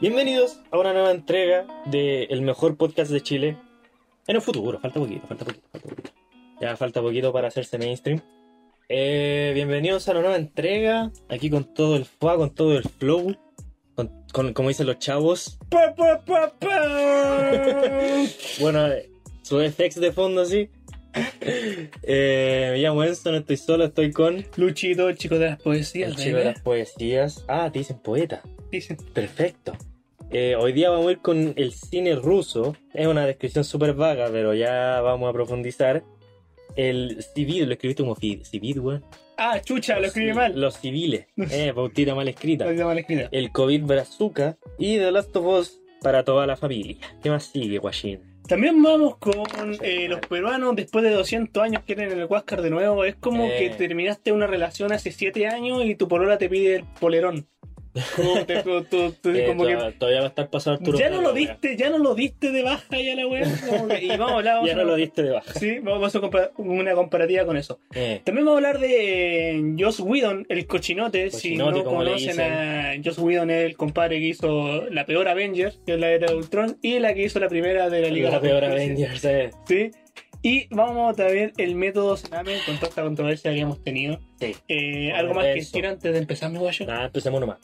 Bienvenidos a una nueva entrega de el mejor podcast de Chile. En el futuro, falta poquito, falta poquito, falta poquito. Ya falta poquito para hacerse mainstream. Eh, bienvenidos a una nueva entrega. Aquí con todo el fa, con todo el flow. Con, con- como dicen los chavos. Pa, pa, pa, pa. bueno, eh, su FX de fondo así. Eh, me llamo Enzo, no estoy solo, estoy con Luchito, el chico de las poesías. el chico de las poesías. Ah, te dicen poeta. Dicen, Perfecto. Eh, hoy día vamos a ir con el cine ruso. Es una descripción súper vaga, pero ya vamos a profundizar. El civil, lo escribiste como fi- civil, weón. ah, chucha, lo escribí Los- mal. Los civiles. Eh, bautita mal escrita. Lo escribí mal escrito. El COVID Brazuca y The Last of Us para toda la familia. ¿Qué más sigue, Guachín? También vamos con eh, los peruanos después de 200 años quieren el Huáscar de nuevo. Es como Eh. que terminaste una relación hace 7 años y tu polola te pide el polerón. Como, te- como- tú- tú- Eh, como que to- Todavía va a estar pasado Arturo. ya no Pérez, lo weón. diste, ya no lo diste de baja ya la wea. como que- Y vamos a hablar. Vamos Ya a no hablar- lo diste de baja. Sí, vamos a hacer compara- una comparativa con eso. Eh, También vamos a hablar de eh, Joss Whedon, el cochinote. Cochinote, si no como le conocen dicen. a Joss Whedon, es el compadre que hizo la peor Avengers, que es la era de Ultron, y la que hizo la primera de la Liga. la de peor la Justicia. Avengers. eh. Sí. Y vamos a ver el método Sename con toda esta controversia que hemos tenido. Sí. Eh, Vamos algo a más ver que eso. decir antes de empezar, mi guayo. Nada, empecemos nomás.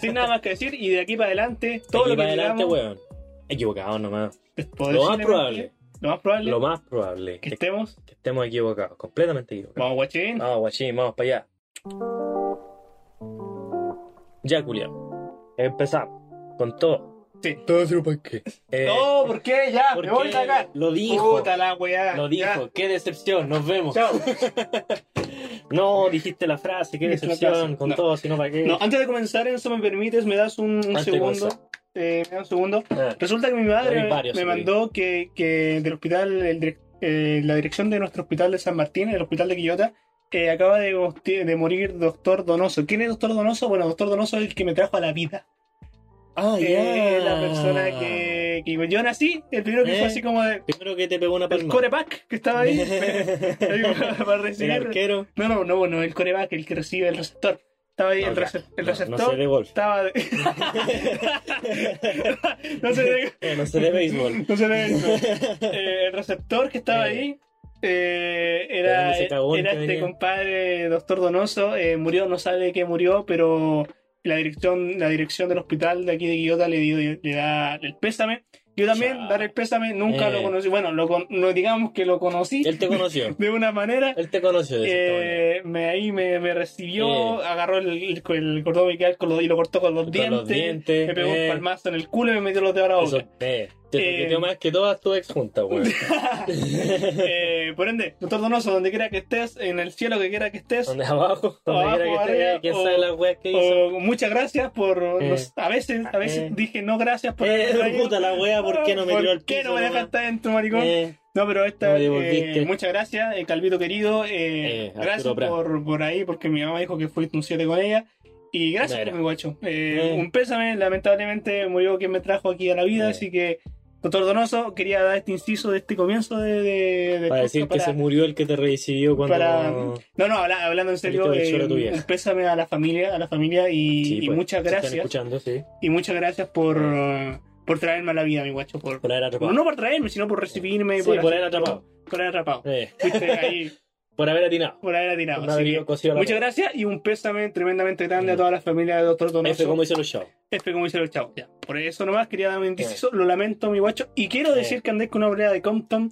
Sin nada más que decir, y de aquí para adelante, todo Aquí lo que para adelante, digamos, weón. Equivocado nomás. es Lo más posiblemente- probable. Lo más probable Lo más probable que es estemos. que estemos equivocados, completamente equivocados. Vamos, guachín. Vamos, guachín, vamos para allá. Ya, Julián. Empezamos con todo. Sí. Todo su qué. No, ¿por qué? Ya, me voy a cagar. Lo dijo. Puta la weá. Lo dijo. ya. Qué decepción. Nos vemos. Chao. No, dijiste la frase. Qué Dije la decepción. frase. Con No. todo, si no, ¿para qué? No, antes de comenzar, Enzo, me permites, me das un, un Antes de segundo. comenzar. Eh, me das un segundo. Ah, Resulta que mi Hay madre varios, me sí. mandó que, que del hospital, el direc- eh, la dirección de nuestro hospital de San Martín, el hospital de Quillota, eh, acaba de, gosti- de morir doctor Donoso. ¿Quién es doctor Donoso? Bueno, doctor Donoso es el que me trajo a la vida. Ah, ya. Eh, la persona que, que yo nací, el primero que Eh. fue así como de, Primero que te pegó una el palma. coreback que estaba ahí. ahí para El recibir. arquero. No, no, no, no, el coreback, el que recibe el receptor. Estaba ahí No, el, ya. rece- el No, receptor. No, sé de golf. Estaba de... no sé de... Eh, no sé de béisbol. No sé de... Eh, el receptor que estaba Eh. ahí eh, Pegando era, ese cagón era que este venía. compadre doctor Donoso. eh, murió, no sabe de qué murió, pero la dirección, la dirección del hospital de aquí de Quillota le, dio, le da el pésame. Yo también, Chao. dar el pésame, nunca Eh. lo conocí. Bueno, lo, con- no digamos que lo conocí Él te conoció. de una manera. Él te conoció de cierta manera. Eh, me, ahí me, me recibió, Eh. agarró el, el, el cordón umbilical con los- y lo cortó con los, Con dientes, los dientes, Me pegó eh. un palmazo en el culo y me metió los dedos a la boca. Eso, eh, te Eh, toqueteó más que todas tus ex juntas, weón. Eh, por ende, doctor Donoso, donde quiera que estés, en el cielo que quiera que estés, Donde abajo, donde quiera Abajo, que esté, arriba, quién o- sabe las weas que hizo. o muchas gracias por. Eh. no sé, a veces, a veces Eh. dije no gracias por. Eh, haberme traído. puta la wea, ¿por qué no me ¿Por tiró al qué piso? no me weón? dejaste adentro, maricón? Eh, No, pero esta, No me devolviste. eh, muchas gracias, eh, Calvito querido. Eh, eh, Arturo gracias Prat. por, por ahí, porque mi mamá dijo que fuiste un 7 con ella. Y gracias, Bueno. mi guacho. Eh, Eh. Un pésame, lamentablemente murió quien me trajo aquí a la vida, Eh. así que, doctor Donoso, quería dar este inciso de este comienzo de. de- del para decir podcast que se murió el que te recibió cuando. para- No, no, habla- hablando en serio, Listo, eh, chora tu vieja. un pésame a la familia, a la familia y, Sí, y pues, muchas si están gracias. escuchando, sí. Y muchas gracias por, eh, por traerme a la vida, mi guacho. Por, Por haber atrapado. no, no por traerme, sino por recibirme. Sí, por hacer haber atrapado. todo, Por haber atrapado. Eh, Fuiste ahí, por haber atinado. por haber atinado. Por Así haber que ido cocido a la muchas wea. gracias y un pésame tremendamente grande a toda la familia de Doctor Donoso. F como dicen los shows. F como dice el chavo. Ya. Por eso nomás quería darme un inciso. Lo lamento, mi guacho. Y quiero decir que andé con una obrera de Compton.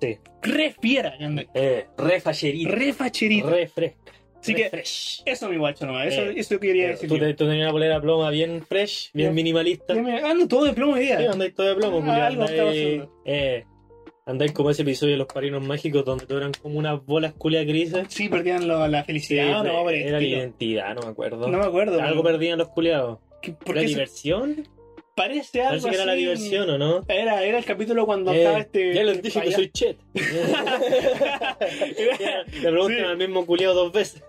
Sí. Re fiera que andé. Eh, re fallerita. Re facherita. Re fresca. Así re que- fresh. Eso, mi guacho, nomás. Eso, Eh, eso quería decir. Tú, te- tú tenías una polera ploma bien fresh, bien Ya. minimalista. Ya me- Ando todo de plomo hoy día. Sí, andáis todo de plomo, Ah, culiao, algo estaba andáis, haciendo. eh, andáis como ese episodio de los parinos mágicos donde todo eran como unas bolas culias grises. Sí, perdían lo- la Sí, felicidad. era no, por el era la estilo. identidad, no me acuerdo. No me acuerdo. algo pero- perdían los culiados. que- ¿La Porque se diversión? parece algo Parece que era la así- diversión, ¿o no? Era, era el capítulo cuando Eh, estaba este. ya les dije que payaso. soy chet. Era- Le preguntan Sí. al mismo culiado dos veces.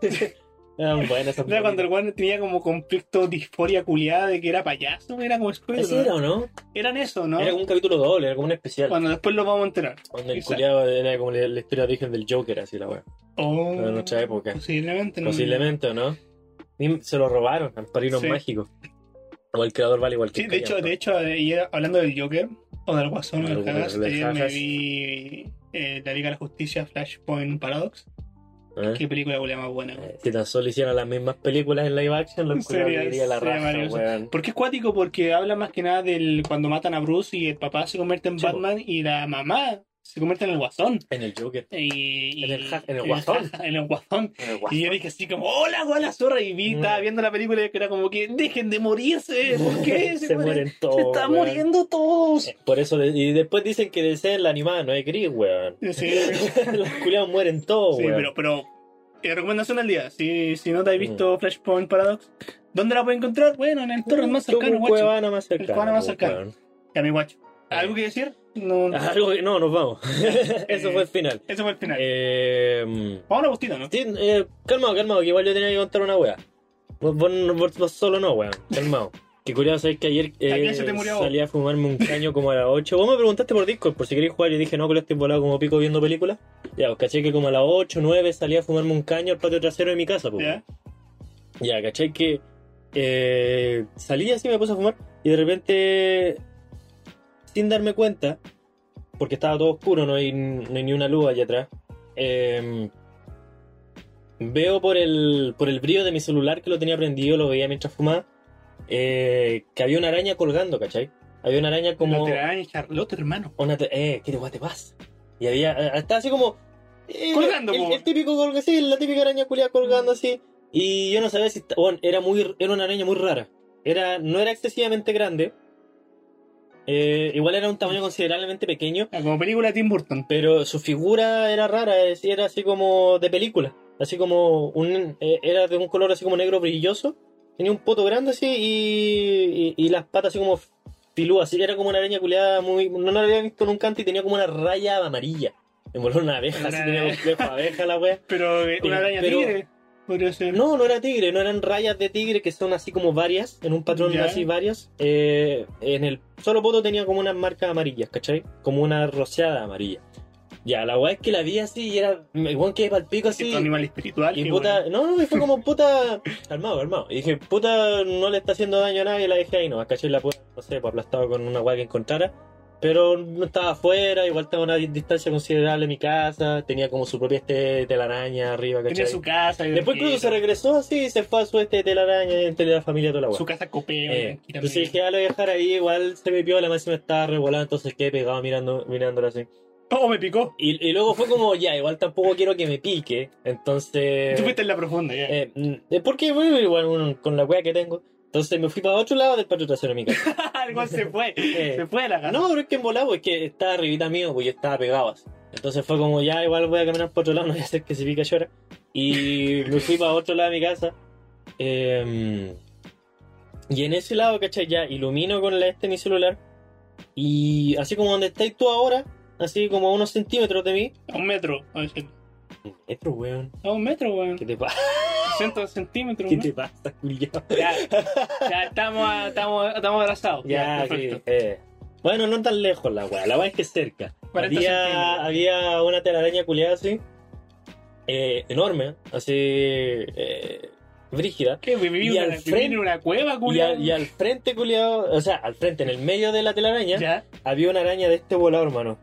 Ah, Eran buenas esas Era cuando el weón tenía como conflicto, disforia culiada de que era payaso, era como Squidward. ¿Así era o no? Eran eso, ¿no? Era como un capítulo doble, era como un especial. Cuando después lo vamos a enterar. Cuando el Exacto. culiado era como la, la historia de origen del Joker, así la wea. Oh, Pero en nuestra época. Mm. Posiblemente, no. Posiblemente, ¿o no? Ni- Se lo robaron al parino Sí. mágico. O el creador vale igual que Sí, el de hecho, callado. de hecho, ayer, hablando del Joker o del Guasón o Del del Joker, Hagas, del ayer me Hagas. vi eh, La Liga de la Justicia, Flashpoint Paradox. ¿Eh? Qué película culia más buena. Eh, Si tan solo hicieran las mismas películas en live action, lo Sería- sería la sería raja, maravilloso. weón. Porque es cuático, porque habla más que nada del cuando matan a Bruce y el papá se convierte en Sí, Batman y la mamá se convierte en el Guasón. En el Joker. Y, y- En el ja- en el Guasón. ja- En el Guasón. En el guasón. Y yo dije así como, hola, hola, zorra. Y vi, Mm. estaba viendo la película y era como que, dejen de morirse. ¿Por qué? se mueren todos. Se están weón. muriendo todos. Eh, Por eso, le- y después dicen que de ser la animada no es gris, weón. Sí, Los culiados mueren todos, sí, Oh, weón. Mm. pero, pero eh, recomendación al día. Si, si no te has visto Flashpoint Paradox, ¿dónde la puedes encontrar? Bueno, en el torrent más Tu cercano, guacho. cuevana más cercana. cuevana más pues, cercana. weón. Ya, mi guacho. ¿Algo que decir? No. Algo que- No, nos vamos. Eso fue el final. Eso fue el final. Eh, Vamos a Agustino, ¿no? sí, eh, calmado, calmado, que igual yo tenía que contar una wea. Vos, vos- vos- vos solo no, weón. Calmado. Qué curioso es que ayer Ayer eh, se te murió vos. salí a fumarme un caño como a las 8. Vos me preguntaste por Discord, por si queréis jugar. Yo dije, no, que lo estoy volado como pico viendo películas. Ya, pues caché que como a las 8, 9 salí a fumarme un caño al patio trasero de mi casa, pues. Ya. Ya, caché que eh, salí así, me puse a fumar y de repente, sin darme cuenta, porque estaba todo oscuro, no hay, no hay ni una luz allá atrás, eh, veo por el, por el brillo de mi celular que lo tenía prendido, lo veía mientras fumaba, eh, que había una araña colgando, ¿cachai? Había una araña como... Lo te en Charlotte, hermano. Una te- eh, ¿qué te guay te pasa? Y había, eh, estaba así como. eh, Colgando, el, po. el típico colga, sí, la típica araña culiada colgando así. Y yo no sabía si. esta- Bueno, era, muy, era una araña muy rara. Era, no era excesivamente grande. Eh, igual era un tamaño considerablemente pequeño. Ah, Como película de Tim Burton. Pero su figura era rara, es- era así como de película. Así como. Un, eh, era de un color así como negro brilloso. Tenía un poto grande así y, y, y las patas así como filúas. Así era como una araña culeada muy. No la había visto nunca antes y tenía como una raya amarilla. Me voló una abeja, así Una- tenía complejo abeja la wea. Pero eh, una Pero- araña pero- tigre. Podría ser. No, no era tigre, no eran rayas de tigre que son así como varias, en un patrón Ya. así varias. Eh, en el solo poto tenía como unas marcas amarillas, ¿cachai? Como una rociada amarilla. Ya, la weá es que la vi así y era. Me igual que para el pico Es así. un animal espiritual. Y qué puta, bueno. no, no, y fue como puta. Calmado, calmado. Y dije, puta, no le está haciendo daño a nadie. Y la dejé ahí, no, caché la puta, no sé, pues, aplastado con una weá que encontrara. Pero no estaba afuera, igual estaba a una distancia considerable de mi casa. Tenía como su propia este telaraña arriba, ¿cachai? Tenía su casa. Después incluso se regresó así y se fue a su este telaraña entre la familia toda la weá. Su casa copea. Eh, tranquila, entonces amigo. dije, ah, lo voy a dejar ahí, igual se me piola, la máxima estaba revolada, entonces quedé pegado mirando, mirándola así. Oh, me picó. Y, y luego fue como, ya, igual tampoco quiero que me pique, entonces... Tú fuiste en la profunda, ya. Eh, mm, eh, porque bueno, igual uno- con la wea que tengo. Entonces me fui para otro lado del patio trasero de mi casa. Algo Ah, se fue. Eh, Se fue a la Ah, casa. no, pero es que en volado, es que estaba arribita mío, pues yo estaba pegado así. Entonces fue como ya, igual voy a caminar para otro lado, no voy a hacer que se pica llora. Y me fui para otro lado de mi casa. Eh, y en ese lado, ¿cachai? Ya ilumino con la este mi celular. Y así como donde estáis tú ahora, así como a unos centímetros de mí. A un metro. A ver, Esto, weón, A un metro, weón. ¿qué te pasa? 60 centímetros. ¿Qué ¿no? te pasa, culiao? Ya, ya estamos, a- estamos, estamos abrazados. Ya, perfecto. sí, eh. Bueno, no tan lejos la weá, la weá es que es cerca. 40 Había, centímetros. había una telaraña culiada así, eh, enorme, así, eh, brígida. ¿Qué? Viví Y una- al viví frente- en una cueva, Y culiao. al, y al frente, culiado, o sea, al frente, en el medio de la telaraña, Ya. había una araña de este volado, hermano.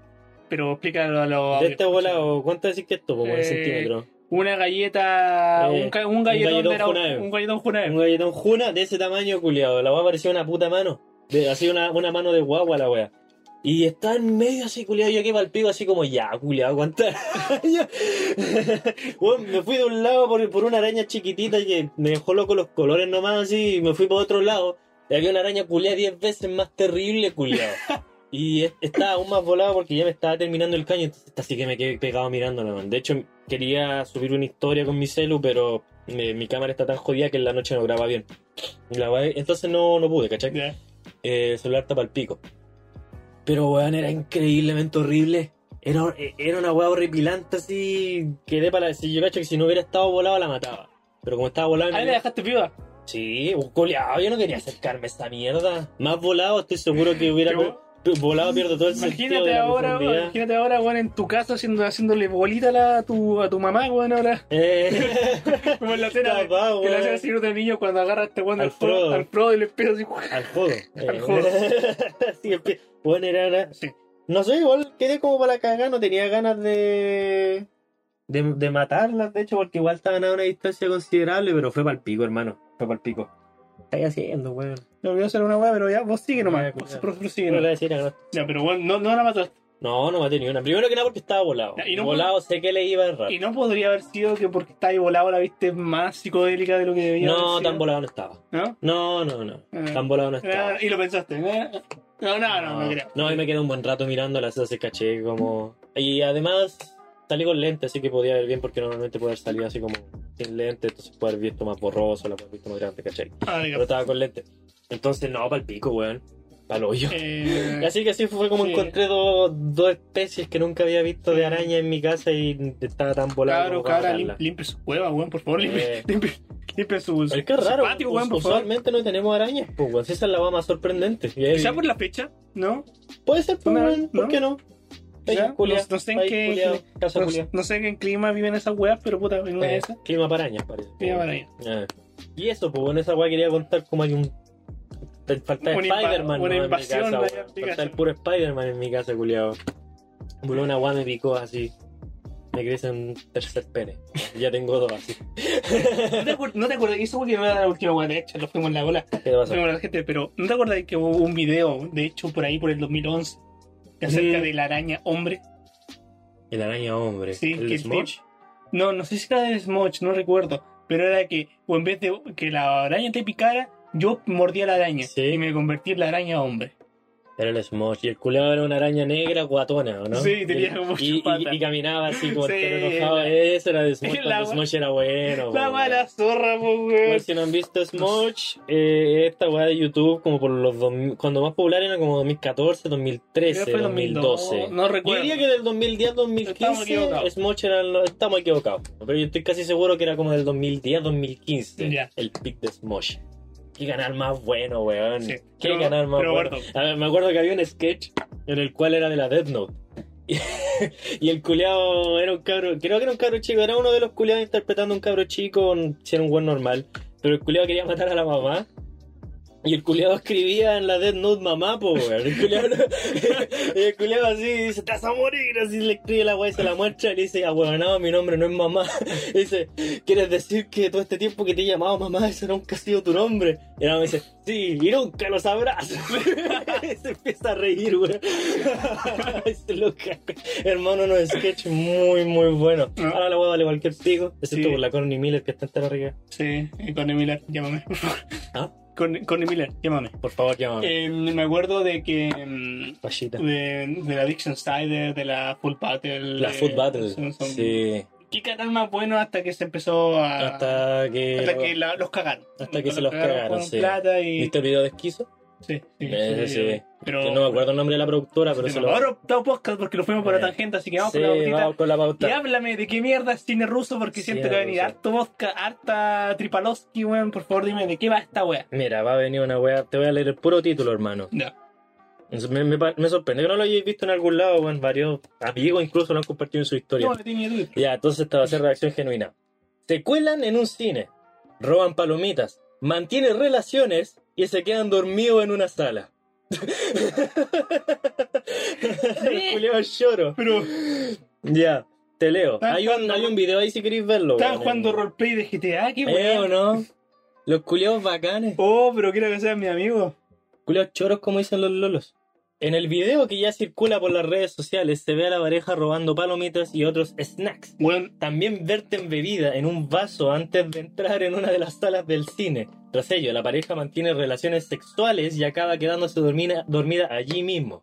Pero explícalo a los. De este volado, ¿cuánto decís que esto? Como un Eh, centímetro. Una galleta. Eh, un, ca- un galletón galletón de la- Junae. Un galletón Un Junae. galletón juna de ese tamaño, culiado. La weá parecía una puta mano. De, así una, una mano de guagua la weá. Y está en medio así, culiado. Yo aquí para el pico así como, ya, culiado, aguantar. me fui de un lado por, por una araña chiquitita que me dejó loco los colores nomás así. Y me fui para otro lado. Y había una araña culiada 10 veces más terrible, culiado. Y es- estaba aún más volado porque ya me estaba terminando el caño, entonces así que me quedé pegado mirándola. man. De hecho, quería subir una historia con mi celu, pero eh, mi cámara está tan jodida que en la noche no graba bien. Y la weá- entonces no, no pude, ¿cachai? Ya. Eh, el celular tapa el pico. Pero weón, era increíblemente horrible. Era, era una weá horripilante así. Quedé para. Si yo cacho que si no hubiera estado volado la mataba. Pero como estaba volado. Ahí la dejaste viva. Sí, un culiao, yo no quería acercarme a esa mierda. Más volado, estoy seguro que hubiera. Yo- volado pierdo todo el sentido de Imagínate la ahora, weón, profundidad. imagínate ahora, weón, en tu casa haciendo, haciéndole bolita a, la- a tu, a tu mamá, weón, ahora. Eh, Como en la escena de- Capaz, que la weón. escena del de niño cuando agarra a este weón Al al Frodo, Frodo. al Frodo y le empieza así. al juego. eh. Al jodo. sí, empie- bueno, era una- Sí. No sé, igual quedé como para la cagada, no tenía ganas de... de. de matarlas, de hecho, porque igual estaban a una distancia considerable, pero fue para el pico, hermano. Fue para el pico. ¿Estáis haciendo, weón? Me olvidó hacer una weá, pero ya, vos sigue Ya, nomás. cuidado. Vos, vos, vos sigue No le nomás. decía nada. Ya, pero weón, no, no la mató. No, no maté ni una. Primero que nada porque estaba volado. Ya, y no- volado sé que le iba a errar. Y no podría haber sido que porque está ahí volado la viste más psicodélica de lo que debía No, haber sido. tan volado no estaba. ¿No? No, no, no. Ah. Tan volado no estaba. Ah, y lo pensaste. ¿eh? No, no, no, no, creo. No, ahí me quedé un buen rato mirándola, así se caché como... Y además salí con lente, así que podía ver bien porque normalmente puedo haber salido así como sin lente, entonces puedo haber visto más borroso, la puedo haber visto más grande, caché. Ah, digo, Pero estaba con lente. Entonces, no, para el pico, weón. Para el hoyo. eh, Así que así fue como Sí. encontré dos dos especies que nunca había visto de araña en mi casa y estaba tan volado. como Claro, para cara, matarla. lim- limpie su cueva, weón, por favor, limpie, Eh. limpie, limpie su, Es que su es raro, patio, us- weón, por favor. usualmente no tenemos arañas, pues weón, si esa es la va más sorprendente. Y ahí- Quizá por la fecha, ¿no? Puede ser, pues, Una- weón, ¿por ¿no? qué no? Ahí, Ya, culia, no- no sé en ahí, qué- culia, casa No, culia. no sé en qué clima viven esas weas, pero puta, en una de Eh, esas. clima para arañas, parece. pues, Clima weón. para Eh. Y eso, pues bueno, esa weá quería contar como hay un. te- Falta Una inva- Spider-Man, una ¿no? en mi invasión, casa, la weón. aplicación. Falta el puro Spider-Man en mi casa, culiado. Bueno, una weá me picó así. Me crece un tercer pene. Ya tengo dos así. ¿No te acuerdas? No te acuerdas, eso porque no era la última wea, de hecho, lo fuimos en la bola, ¿Qué te pasa? fuimos la gente, pero ¿no te acuerdas que hubo un video, de hecho, por ahí, por el 2011, que acerca Mm. de la araña hombre? El araña hombre. Sí, el que el Smosh? tipo- No, no sé si era de Smudge, no recuerdo. Pero era que, o en vez de que la araña te picara, yo mordía la araña. Sí. Y me convertí en la araña hombre. Era el Smosh. Y el culeado era una araña negra guatona, ¿o ¿no? Sí, tenía como y, y, ocho patas. y caminaba así como Sí, entero enojado. Eso era de Smosh. La Cuando gua- Smosh era bueno. la po, mala zorra, pues, po, weón. weón. Por si no han visto Smosh, eh, esta weá de YouTube, como por los 2000 cuando más popular era como 2014, 2013, Creo que fue 2012. No Yo recuerdo. diría que del 2010 Estamos 2015 equivocados. Smosh era. lo- Estamos equivocados. Pero yo estoy casi seguro que era como del 2010 2015 Ya. el pick de Smosh. Qué canal más bueno, weón. Sí. Qué Pero- canal más pero bueno. Roberto. A ver, me acuerdo que había un sketch en el cual era de la Death Note. Y, y el culeado era un cabro. Creo que era un cabro chico. Era uno de los culeados interpretando a un cabro chico. un- Si era un buen normal. Pero el culeado quería matar a la mamá. Y el culeado escribía en la Death Note mamá, po, weón. El culeado, y el culeado así dice, te vas a morir. Así le escribe la weá y se la muestra. Y le dice, ah, weón, no, mi nombre no es mamá. Y dice, ¿quieres decir que todo este tiempo que te he llamado mamá, ese nunca ha sido tu nombre? Y la mamá dice, sí, y nunca lo sabrás. Y se empieza a reír, weón. Se lo caga. Hermano, unos sketch muy, muy bueno. Ahora la weá vale cualquier pico, excepto Ah. Sí. por la Corny Miller que está entera rica. Sí, eh, Connie Miller, llámame, por favor. ¿Ah? Con, Connie Miller, llámame. Por favor, llámame. Eh, me acuerdo de que. mm, Pachita. De, de la Addiction Side, de la Full Battle. La de- Food Battle. Eh, son- son- Sí. ¿Qué canal más bueno hasta que se empezó a. Hasta que. hasta que la- los cagaron. Hasta que se Cuando los cagaron, con sí. plata y... ¿Viste el video de esquizo? Sí, sí, Ese sí. Pero Que no me acuerdo el nombre de la productora, pero se lo. Ahora optado podcast porque lo fuimos por la Eh, tangente, así que vamos Sí, por la botita. vamos con la Y pauta. háblame de qué mierda es cine ruso porque Cine siento que va a venir ruso. harto vodka, harta Tripalowski, weón. Por favor, dime de qué va esta wea. Mira, va a venir una wea. Te voy a leer el puro título, hermano. Ya. Me, me, pa- me sorprende que no lo hayáis visto en algún lado, weón. Varios amigos incluso lo han compartido en su historia. No, le tenía duda. Ya, entonces esta va a ser reacción genuina. Se cuelan en un cine, roban palomitas, mantienen relaciones y se quedan dormidos en una sala. El culiao lloro. Pero Ya, te leo. Están Hay un, jugando- hay un video ahí si queréis verlo. estaban weón. jugando roleplay de GTA, qué Eh, ¿o weón. no? Los culiados bacanes. Oh, pero quiero que sean mi amigo. Culiados choros, como dicen los lolos. En el video que ya circula por las redes sociales, se ve a la pareja robando palomitas y otros snacks. Weón, También verten bebida en un vaso antes de entrar en una de las salas del cine. Tras ello, la pareja mantiene relaciones sexuales y acaba quedándose dormina- dormida allí mismo.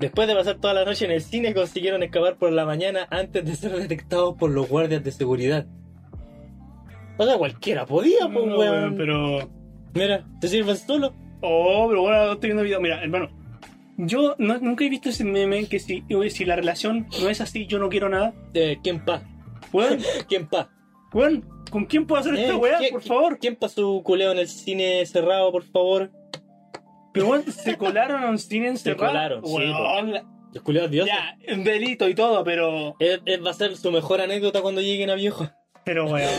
Después de pasar toda la noche en el cine, consiguieron escapar por la mañana antes de ser detectados por los guardias de seguridad. O sea, cualquiera podía, pues, no, weón. weón, pero. Mira, te sirven solo. Oh, pero bueno, estoy viendo el video. Mira, hermano, yo no- nunca he visto ese meme que si, uy, si la relación no es así, yo no quiero nada. Eh, ¿Quién pa? Weón, ¿Quién pa? weón, ¿con quién puedo hacer Eh, esta weá, ¿quién- por favor? ¿Quién pa su culeo en el cine cerrado, por favor? Pero bueno, se colaron a un cine encerrado. colaron, sí, Weón, la- Los culiados dioses. Ya, un delito y todo, pero. Es- es- va a ser su mejor anécdota cuando lleguen a viejo. Pero weón,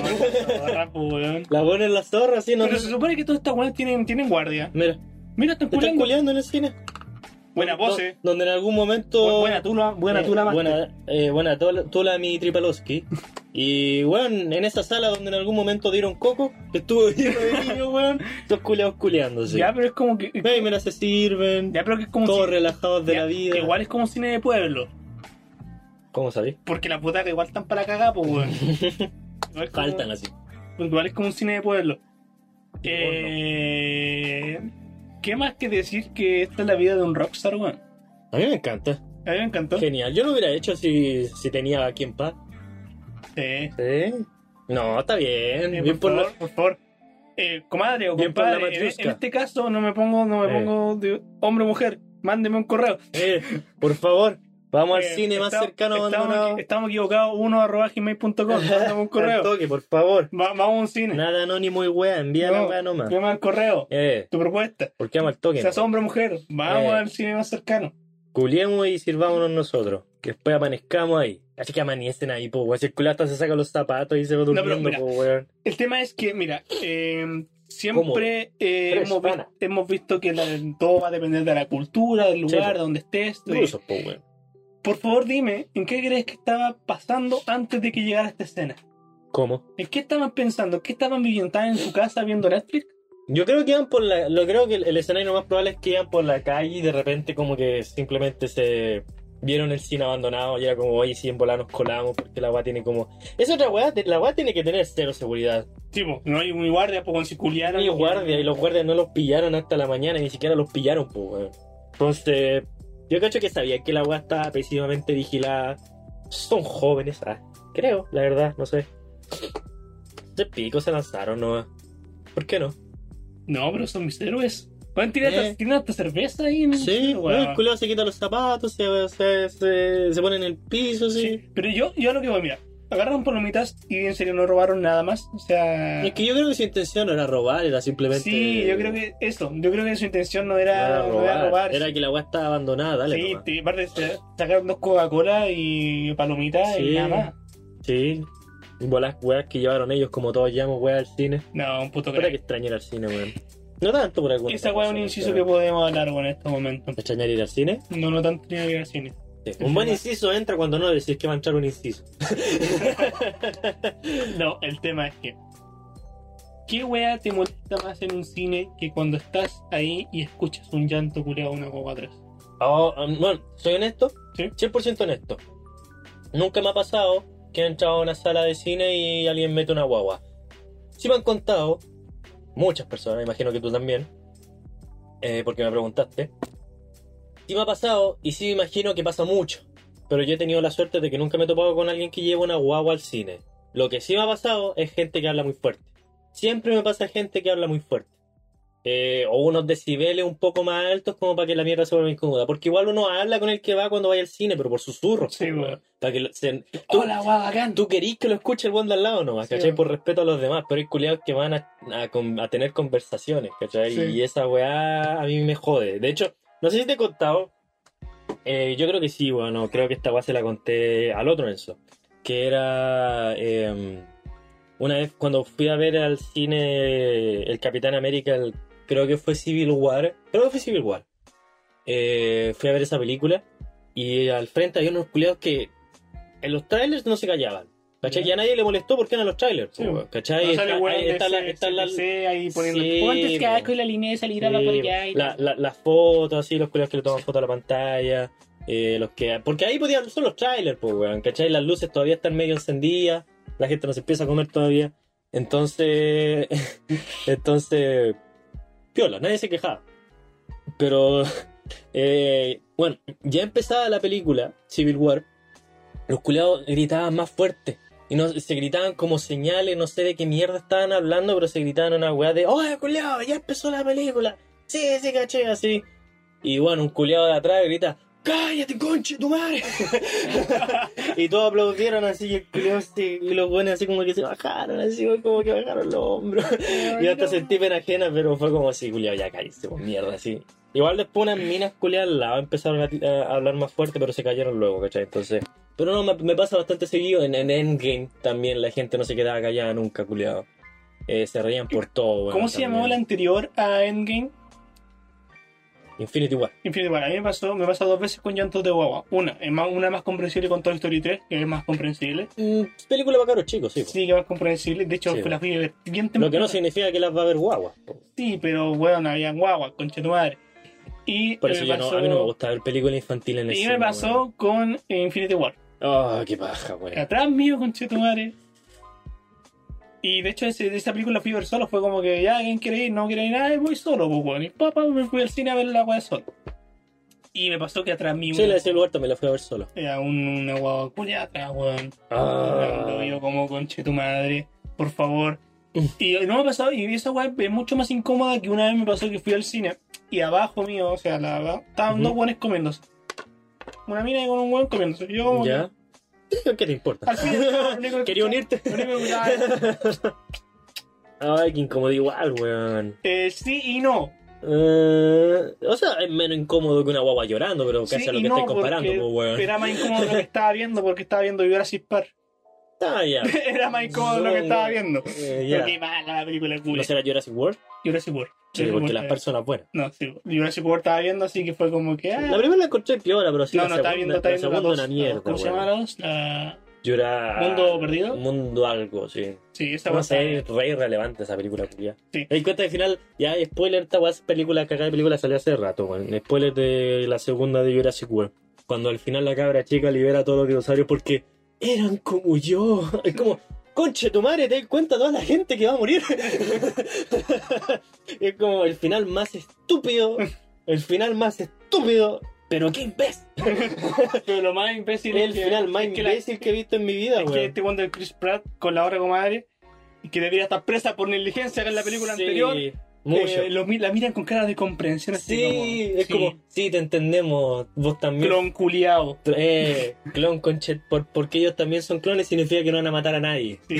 agarra, po, weón. La ponen en la zorra, así no. Pero se supone que todos estos weones tienen, tienen guardia. Mira, Mira, están te están culiando. culiando en el cine. Buena Do- pose. Donde en algún momento. Buena tula, buena Eh, tula, más. Buena, eh, buena tula, tula mi Tripalowski. Y, weón, en esa sala donde en algún momento dieron coco, estuvo lleno de niños, weón, los culeados culeándose. Ya, pero es como que. Ey, mira, se sirven, Ya, pero que es como. todos si- relajados Eh. de ya, la vida. Igual es como cine de pueblo. ¿Cómo sabéis? Porque las butacas igual están para la cagada, pues, weón. Igual es como- Faltan así. Igual es como un cine de pueblo. Sí, Eh, ¿Qué más que decir que esta es la vida de un rockstar, weón? A mí me encanta. A mí me encantó. Genial. Yo lo hubiera hecho si, si tenía aquí en paz. Sí. ¿Sí? No, está bien. Eh, bien por por, la- favor, por favor. Eh, comadre o Bien por la compadre, en- en, matriusca. este caso no me pongo, no me Eh. pongo de hombre o mujer. Mándeme un correo. Eh, por favor, vamos Eh, al cine más está- cercano estamos, abandonado. equi- estamos equivocados. Uno arroba gmail.com. Mándame un Al correo. toque, por favor. Va- vamos a un cine. Nada anónimo y wea, envía la No, wea nomás. Llama al correo. Eh, Tu propuesta. ¿por qué ama al toque? Seas hombre o mujer. Vamos Eh. al cine más cercano. Culiemos y sirvámonos nosotros. Que después amanezcamos ahí. Así que amanecen ahí, po, weón. Si el culo hasta se saca los zapatos y se va pero durmiendo, mira, po, weón. El tema es que, mira, eh, siempre eh, Fresh, hemos, vi- pana. hemos visto que la, todo va a depender de la cultura, del Sí, lugar po. donde estés. de- Incluso, po, weón. Por favor, dime, ¿en qué crees que estaba pasando antes de que llegara esta escena? ¿Cómo? ¿En qué estaban pensando? ¿Qué estaban viviendo? ¿Estaban en su casa viendo Netflix? Yo creo que iban por la. Lo creo que el, el escenario más probable es que iban por la calle y de repente, como que simplemente se. Vieron el cine abandonado y era como, oye, si en volar nos colamos porque la weá tiene como. Esa otra weá, te- la weá tiene que tener cero seguridad. Sí, po, no hay un guardia, pues con si culiaran, ni pues, guardia y los guardias no los pillaron hasta la mañana, ni siquiera los pillaron, pues, weón. Entonces, yo cacho que sabía que la weá estaba pésimamente vigilada. Son jóvenes, ah, creo, la verdad, no sé. De pico se lanzaron, ¿no? ¿Por qué no? No, pero son mis héroes. Bueno, tiene, Eh. hasta, tiene hasta cerveza ahí en el- Sí, weón. el culo se quita los zapatos, se, se, se, se pone en el piso, sí. Sí, Pero yo, yo lo que voy, mira, agarraron palomitas y en serio no robaron nada más. O sea. Es que yo creo que su intención no era robar, era simplemente. Sí, yo creo que eso. Yo creo que su intención no era, era no robar. era Era, robar. que la weá estaba abandonada, dale. sí, nomás. te- aparte se- sacaron dos Coca-Cola y palomitas y Sí. nada más. Sí. Bolas weas que llevaron ellos, como todos llevamos weas al cine. No, un puto Puta que crack. extraño ir al cine, weón. No tanto por alguna. Esa weá es un inciso que podemos hablar bueno, en estos momentos. ¿Extrañar ir al cine? No, no tanto ni ir al cine. Sí. Un buen inciso entra cuando no decís que va a entrar un inciso. No, el tema es que. ¿Qué weá te molesta más en un cine que cuando estás ahí y escuchas un llanto culeado una coca atrás? Oh, um, bueno, soy honesto. Sí. 100% honesto. Nunca me ha pasado que he entrado a una sala de cine y alguien mete una guagua. Sí me han contado, muchas personas, imagino que tú también, eh, porque me preguntaste. Sí me ha pasado y sí me imagino que pasa mucho. Pero yo he tenido la suerte de que nunca me he topado con alguien que lleva una guagua al cine. Lo que sí me ha pasado es gente que habla muy fuerte. Siempre me pasa gente que habla muy fuerte. Eh, o unos decibeles un poco más altos como para que la mierda se vuelva incómoda. Porque igual uno habla con el que va cuando vaya al cine, pero por susurros. Sí, po, weón. weón. Para que lo- se- ¡Hola, weá, bacán! Tú querís que lo escuche el buen de al lado nomás, Sí, ¿cachai? bueno. Por respeto a los demás, pero hay culiados que van a, a con- a tener conversaciones, ¿cachai? Sí. Y esa weá a mí me jode. De hecho, no sé si te he contado, eh, yo creo que sí, bueno, creo que esta weá se la conté al otro Enzo, que era eh, una vez cuando fui a ver al cine el Capitán América, el- creo que fue Civil War, creo que fue Civil War, Eh, fui a ver esa película y al frente había unos culiados que en los trailers no se callaban. ¿Cachai? Ya. Y a nadie le molestó porque eran los trailers. Sí, po, bueno. ¿Cachai? No sale Está- weón ahí de está la- C- está la- CTC ahí poniendo Sí, "Ponte weón. casco y la línea de salida Sí, por allá y la- tal". la- las fotos, así, los culiados que le toman fotos a la pantalla. eh, los que, porque ahí podían, son los trailers, pues, weón, ¿cachai? Las luces todavía están medio encendidas, la gente no se empieza a comer todavía. Entonces, entonces, piola, nadie se quejaba. Pero, eh, bueno, ya empezaba la película, Civil War, los culiados gritaban más fuerte. Y no, se gritaban como señales, no sé de qué mierda estaban hablando, pero se gritaban una weá de, ¡Oye, culiado, ya empezó la película! Sí, sí, caché, así. Y bueno, un culiado de atrás grita, ¡Cállate, conche, tu madre! y todos aplaudieron así, y el culiado así, y los buenos así como que se bajaron, así como que bajaron los hombros. Yo hasta sentí pena ajena, pero fue como así, culiao, ya cállese, pues mierda, así. Igual después unas minas culiadas al lado empezaron a, a hablar más fuerte, pero se cayeron luego, ¿cachai? Entonces. Pero no, me, me pasa bastante seguido. En, en Endgame también la gente no se quedaba callada nunca, culiado. Eh, se reían por todo, weón. ¿Cómo se también. llamaba la anterior a Endgame? Infinity War. Infinity War. A mí me pasó, me pasa dos veces con llantos de guagua. Una, es más, una más comprensible con Toy Story 3, que es más comprensible. Mm, película para caros chicos, sí. po. Sí, que más comprensible. De hecho, pues, Sí. las vi bien temprano. Lo que no significa que las va a ver guagua. po. Sí, pero bueno, habían guagua, concha tu madre. Y Por eso me yo no, pasó- a mí no me gusta ver películas infantiles en el Y cine, me pasó con Infinity War. weón. Ah, qué paja, weón. Atrás mío, concha tu madre. Y de hecho, ese- de esa película fui a ver solo. Fue como que ya, ¿quién quiere ir? No quiere ir nada, y voy solo, pues bueno. Y papá, me fui al cine a ver la wea solo. Y me pasó que atrás mío. Sí, la de ese lugar también la fui a ver solo. Era un, una guagua culiaca, weón. Ah. Lo vio como conche tu madre, por favor. Mm. Y no me ha pasado, y esa weá es mucho más incómoda que una vez me pasó que fui al cine y abajo mío, o sea, la verdad, estaban Ujú. dos buenos comiéndose. Una mina y con un weón comiéndose. Yo como que- ¿Ya? ¿Qué te importa? al fin y al cabo, lo único que- Quería unirte. lo único que escuchaba era, Ay, que incómodo igual, weón. eh, sí y no. Eh, o sea, es menos incómodo que una guagua llorando, pero Sí casi a lo y que no, estáis comparando, porque pues, weón. Era más incómodo lo que estaba viendo porque estaba viendo Jurassic Park. Ah, ya. Era más incómodo lo que estaba viendo. Eh, Pero ya. qué mala la película culia. ¿No será Jurassic World? Jurassic World. Sí, Jurassic porque World las está- personas buenas. No, sí, pues, Jurassic World estaba viendo, así que fue como que. ah, La primera la encontré piola, pero sí no, la no, segunda, está viendo, está la viendo la segunda dos. una la- ¿Cómo se mierda, llama weón. la dos? La- Jura- ¿Mundo perdido? Mundo algo, sí. Sí, esa No cosa. sé, es re irrelevante esa película, culia. Sí. Me di cuenta que al final, ya spoiler, esta weá, esa película, cagada de película salió hace rato, weón. Spoiler de la segunda de Jurassic World. Cuando al final la cabra chica libera a todos los dinosaurios porque eran como yo. Es como, conche tu madre, te das cuenta toda la gente que va a morir. es como el final más estúpido, el final más estúpido, pero qué imbécil. Pero lo más imbécil Es el que- final más es que la- imbécil que he visto en mi vida, es que weón. este one del Chris Pratt con la obra comadre, que debería estar presa por negligencia que en la película Sí, anterior. eh, Mucho. lo mi- la miran con cara de comprensión así Sí, como, es sí, como, sí, te entendemos, vos también. Clon. clon culiao. Eh, clon, conchet, por, porque ellos también son clones significa que no van a matar a nadie. Sí.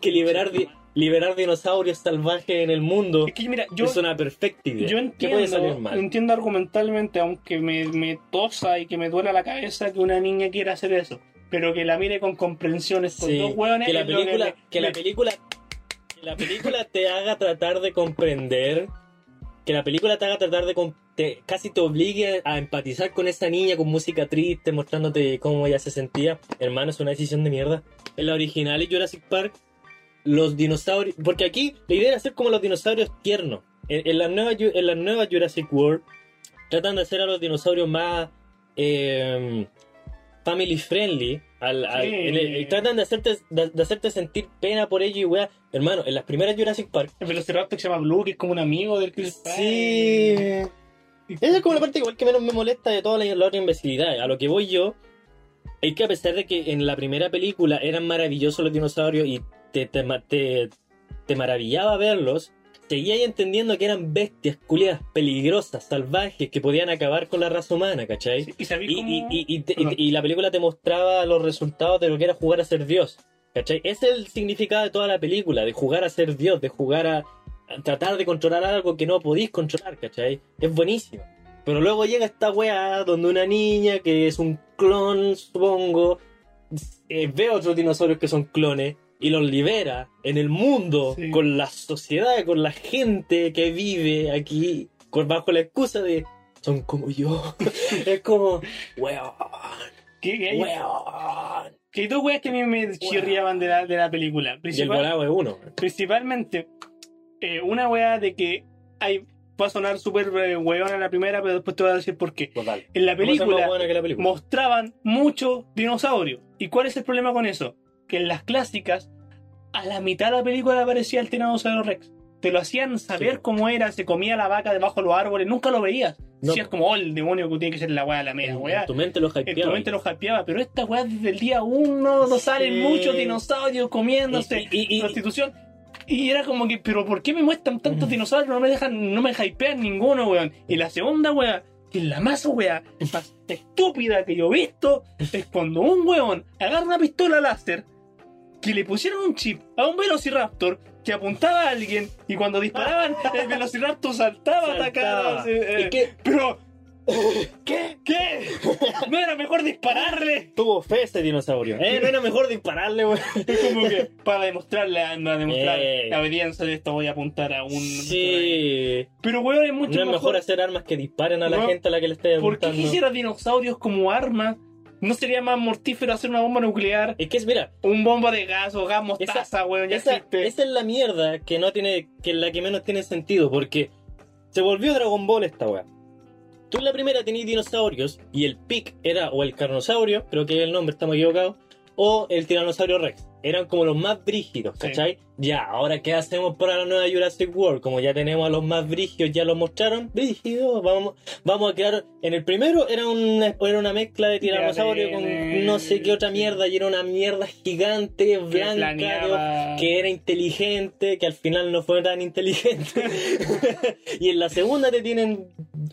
Que liberar, di- liberar dinosaurios salvajes en el mundo es que mira, yo, es una perfecta idea. yo ¿Qué puede salir entiendo, mal? entiendo argumentalmente, aunque me, me tosa y que me duela la cabeza que una niña quiera hacer eso. Pero que la mire con comprensiones por Sí, dos hueones. que la es lo que película, me- que la me- película, que la película te haga tratar de comprender, que la película te haga tratar de com- te- casi te obligue a empatizar con esa niña con música triste, mostrándote cómo ella se sentía. Hermano, es una decisión de mierda. En la original y Jurassic Park, los dinosaurios, porque aquí la idea era hacer como los dinosaurios tiernos. En, en la nueva Ju- en la nueva Jurassic World tratan de hacer a los dinosaurios más eh, family friendly. Al, al- Sí. en el- tratan de hacerte, de, de hacerte sentir pena por ello y weá. Hermano, en las primeras Jurassic Park. El velociraptor este que se llama Blue, que es como un amigo del Chris Pratt. Sí. Esa es como la parte igual que menos me molesta de toda la, la otra imbecilidad. A lo que voy yo es que a pesar de que en la primera película eran maravillosos los dinosaurios y te, te, ma- te- te maravillaba verlos, seguía ahí entendiendo que eran bestias culiadas, peligrosas, salvajes, que podían acabar con la raza humana, ¿cachai? Sí, Y sabí Y, cómo... y- y- y te- Perdón. y- y la película te mostraba los resultados de lo que era jugar a ser Dios. ¿Cachai? Ese es el significado de toda la película, de jugar a ser Dios, de jugar a, a tratar de controlar algo que no podís controlar, ¿cachai? Es buenísimo. Pero luego llega esta weá donde una niña que es un clon, supongo, eh, ve a otros dinosaurios que son clones y los libera en el mundo, Sí. con la sociedad, con la gente que vive aquí, con, bajo la excusa de son como yo. es como, weón, ¿Qué, qué hay? weón. Que hay dos weas que a mí me chirriaban de la, de la película. Y el Principal- volado es uno. principalmente, eh, una wea de que hay, va a sonar súper eh, weona la primera, pero después te voy a decir por qué. Pues dale. En la ¿Cómo se llama película buena que la película? mostraban muchos dinosaurios. ¿Y cuál es el problema con eso? Que en las clásicas, a la mitad de la película aparecía el Tiranosaurio Rex. Te lo hacían saber Sí. cómo era, se comía la vaca debajo de los árboles, nunca lo veías. No, Decías como, oh, el demonio que tiene que ser la wea de la media, En- wea. en tu mente lo En tu hypeaba. mente lo japeaba, pero esta weá desde el día uno no salen Sí. muchos dinosaurios comiéndose, Y- y- y- prostitución. Y era como que, pero ¿por qué me muestran tantos Mm. dinosaurios? No me dejan, no me hypean ninguno, weón. Y la segunda weá, que es la más weá, más estúpida que yo he visto, es cuando un weón agarra una pistola láser, que le pusieron un chip a un velociraptor, que apuntaba a alguien y cuando disparaban, el velociraptor saltaba, Saltaba. atacaba. así, eh, ¿Y qué? Pero, ¿Qué? ¿qué? ¿No era mejor dispararle? Tuvo fe este dinosaurio. Eh, no era mejor dispararle, güey. Es como que para demostrarle, a- para demostrar Eh. la obediencia de esto voy a apuntar a un. Sí. Pero, weón, es mucho No es mejor hacer armas que disparen a la No. gente a la que le esté ¿Por qué apuntando. quisiera dinosaurios como arma? ¿No sería más mortífero hacer una bomba nuclear? Es que es, mira, Un bomba de gas o gas mostaza, weón, ya esa, existe. esa es la mierda que no tiene, que la que menos tiene sentido, porque se volvió Dragon Ball esta weá. Tú en la primera tenías dinosaurios y el pic era o el carnosaurio, creo que es el nombre, estamos equivocados, o el tiranosaurio rex. Eran como los más brígidos, Sí. ¿cachai? Ya, ahora ¿qué hacemos para la nueva Jurassic World? Como ya tenemos a los más brígidos, ya los mostraron, brígidos, vamos, vamos a crear... En el primero era una, era una mezcla de tiranosaurio de- con de- no sé qué otra mierda, y era una mierda gigante, Que blanca, de planeaba- que era inteligente, que al final no fue tan inteligente. y en la segunda te tienen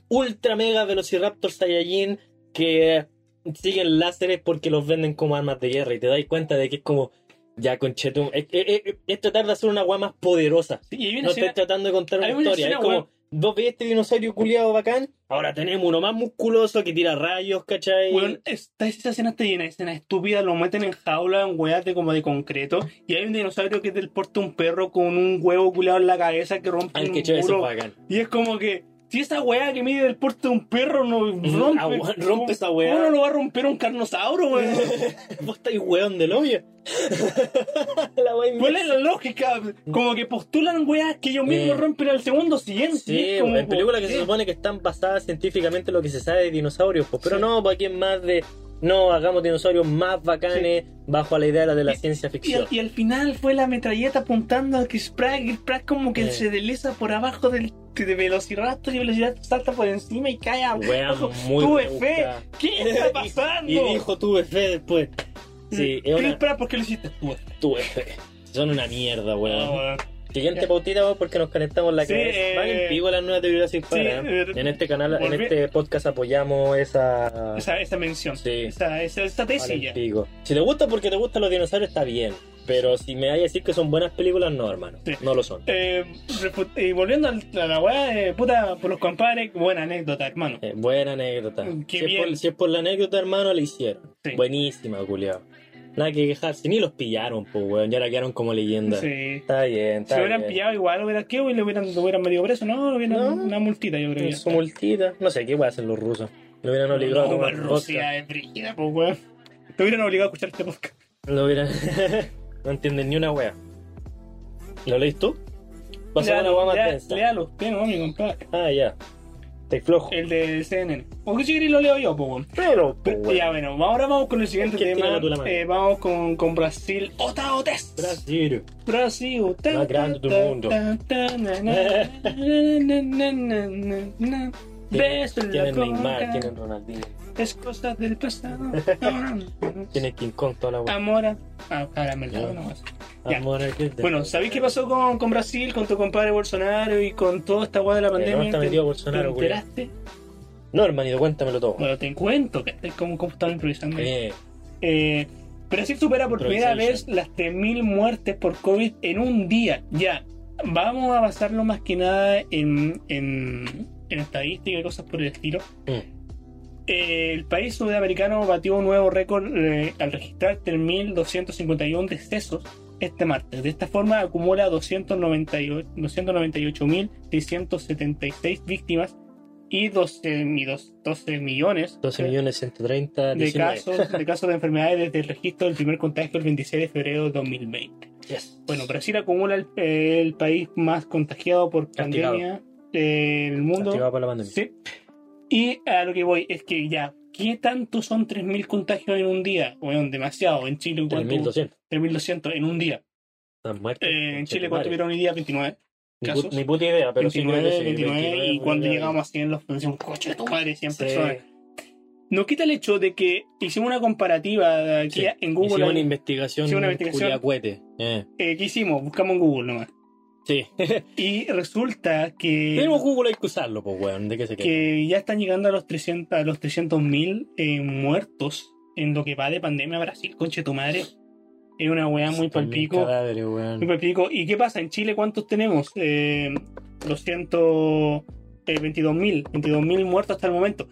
ultra mega velociraptor Saiyajin que siguen láseres porque los venden como armas de guerra y te dais cuenta de que es como ya conchetum. Es, es- es- es tratar de hacer una gua más poderosa. Sí, y hay una No estoy escena- tratando de contar una hay una historia. Es escena, como, weón. vos veis este dinosaurio culiado bacán, ahora tenemos uno más musculoso que tira rayos, ¿cachai? Weón, esta, esta escena está llena de escenas estúpidas, lo meten en jaula, en weas de como de concreto, y hay un dinosaurio que teleporta un perro con un huevo culado en la cabeza que rompe Al un Ah, que chévere, eso es muro. bacán. Y es como que, si esa wea que mide el porte de un perro no rompe, Ah, weón, rompe esa wea. ¿cómo no lo va a romper un carnosauro, weón? Vos estáis weón del hoyo. la wea ¿Cuál es la lógica? Como que postulan weas que ellos mismos Eh. rompen al segundo siguiente. Y Sí, es como, eh, en películas que ¿por se qué? supone que están basadas científicamente en lo que se sabe de dinosaurios, pues, pero Sí. no, pues aquí es más de no hagamos dinosaurios más bacanes bajo la idea de la, de la Y- ciencia Y al, ficción. y al final fue la metralleta apuntando a Chris Pratt. Chris Pratt como que Eh. se desliza por abajo del de Velociraptor y Velociraptor salta por encima y cae Wea abajo. muy Tuve rebuscada. fe. ¿Qué está pasando? Y dijo tuve fe después. Sí, es Chris una Pratt, ¿por qué lo hiciste? Tuve fe. tuve fe. Son una mierda, Ah, weón. weón. Siguiente Ya. pautita, weón, porque nos calentamos la Sí, cabeza. eh, Van en vivo las nuevas de Jurassic Park, ¿eh? eh, En este canal, en volvi- este podcast apoyamos esa... Esa, esa mención. Sí. Esa, esa, esa Vale, tesis ya. pico. Si te gusta porque te gustan los dinosaurios, está bien. Pero si me hay a decir que son buenas películas, no, hermano. Sí. No lo son. Eh, repu- y volviendo al- a la weá, eh, puta, por los compadres, buena anécdota, hermano. Eh, buena anécdota. Mm, qué si, Es bien. por, si es por la anécdota, hermano, la hicieron. Sí. Buenísima, culiao. Nada que quejarse. Ni los pillaron, pues, weón. Ya la quedaron como leyenda. Sí. Está bien, Si está lo bien. hubieran pillado igual, lo hubieran, ¿qué? Lo hubieran, lo hubieran metido preso, ¿no? Lo hubieran No. una multita, yo creo. Con ya. Su multita. No sé, ¿qué voy a hacer los rusos? Lo hubieran obligado a No, tomar pues, vodka. Rusia es brígida, pues, weón. Te hubieran obligado a escuchar este podcast. Lo hubieran... no entienden ni una wea. ¿Lo leís tú? Pasamos a la wea más lea- densa. léalo, léalo, mi compadre. Ah, ya. Te flojo. El de CNN. O que si queréis lo leo yo, pues, weón. Pero, pues, Pero- weón. Ya, bueno, ahora vamos con el siguiente ¿Qué tema. tíralo tú la mano? Eh, vamos con, con Brasil. ¡Ota, otes! Brasil. Brasil. Tan, Más grande tan, del mundo. tan, tan, na, na, na, na, na, na, na. Beso en la Tienen Neymar, boca. tienen Ronaldinho, Es cosa del pasado. tienen King Kong, toda la wea. Amora. Ah, caramelado Ya. nomás. ya. Amor, aquí- Bueno, ¿sabéis qué pasó con, con Brasil, con tu compadre Bolsonaro y con toda esta weá de la Que no pandemia? está ¿Te- metido Bolsonaro, ¿Te enteraste? No, hermanito, cuéntamelo todo. Bueno, te cuento, que ¿Cómo, cómo estaba improvisando? Eh, Eh, Brasil supera por primera vez Improvisation. las 3.000 muertes por COVID en un día. Ya, vamos a basarlo más que nada en, en, en estadística y cosas por el estilo. mm. Eh, El país sudamericano batió un nuevo récord eh, al registrar 3.251 decesos este martes. De esta forma acumula 298 298.676 víctimas y 12, mi- dos- 12 millones 12 eh, millones 130, de 19. casos, de casos de enfermedades desde el registro del primer contagio el 26 de febrero de 2020. Yes. Bueno, Brasil acumula el, el país más contagiado por Castigado. pandemia del mundo. Activado por la pandemia. Sí. Y a lo que voy es que ya, ¿qué tanto son 3.000 contagios en un día? Bueno, demasiado. En Chile, ¿cuánto? 3.200. 3.200 en un día. Están muertos. Eh, en Chile, Madre. ¿cuánto vieron hoy día? 29. Ni pu- casos? Ni puta idea, pero sí 29, creo que sí, 29, y 29, cuando ya. llegamos a 100, los decimos, coche de tu madre, 100 Sí. personas. No quita el hecho de que hicimos una comparativa aquí Sí. en Google. Hicimos una investigación. Hicimos una investigación. culiacuete. Eh, eh, ¿Qué hicimos? Buscamos en Google nomás. Sí. Y resulta que. Tenemos Google, hay que usarlo, pues, weón. ¿De qué se queja? que ya están llegando a los 300 a los 300.000 eh, muertos en lo que va de pandemia a Brasil, conche tu madre. Es una weá muy Están bien palpico. Cadáveres, weón. Muy palpico. ¿Y qué pasa? En Chile, ¿cuántos tenemos? Eh, 200, eh, 22.000. 22.000 muertos hasta el momento.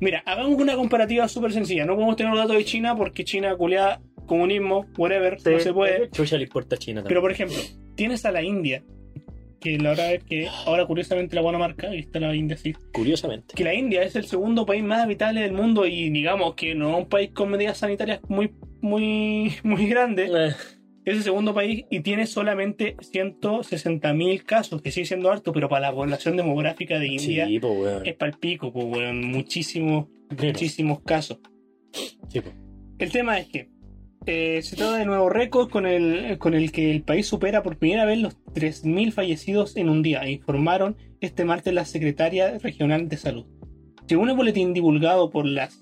Mira, hagamos una comparativa súper sencilla. No podemos tener los datos de China porque China culea comunismo, whatever, no pues, eh, se puede. Chucha le importa a China Pero también. por ejemplo, tienes a la India, que la verdad es que ahora curiosamente la buena marca, y está la India así, Curiosamente. que la India es el segundo país más habitable del mundo y digamos que no es un país con medidas sanitarias muy, muy, muy grande, Eh, es el segundo país y tiene solamente 160.000 casos, que sigue siendo harto, pero para la población demográfica de India Sí, po, weón. es palpico, pues weón, muchísimos, Bueno, muchísimos casos. sí, pues. po. El tema es que eh, se trata de nuevo récord con el, con el que el país supera por primera vez los 3.000 fallecidos en un día, informaron este martes la secretaria regional de salud. Según el boletín divulgado por las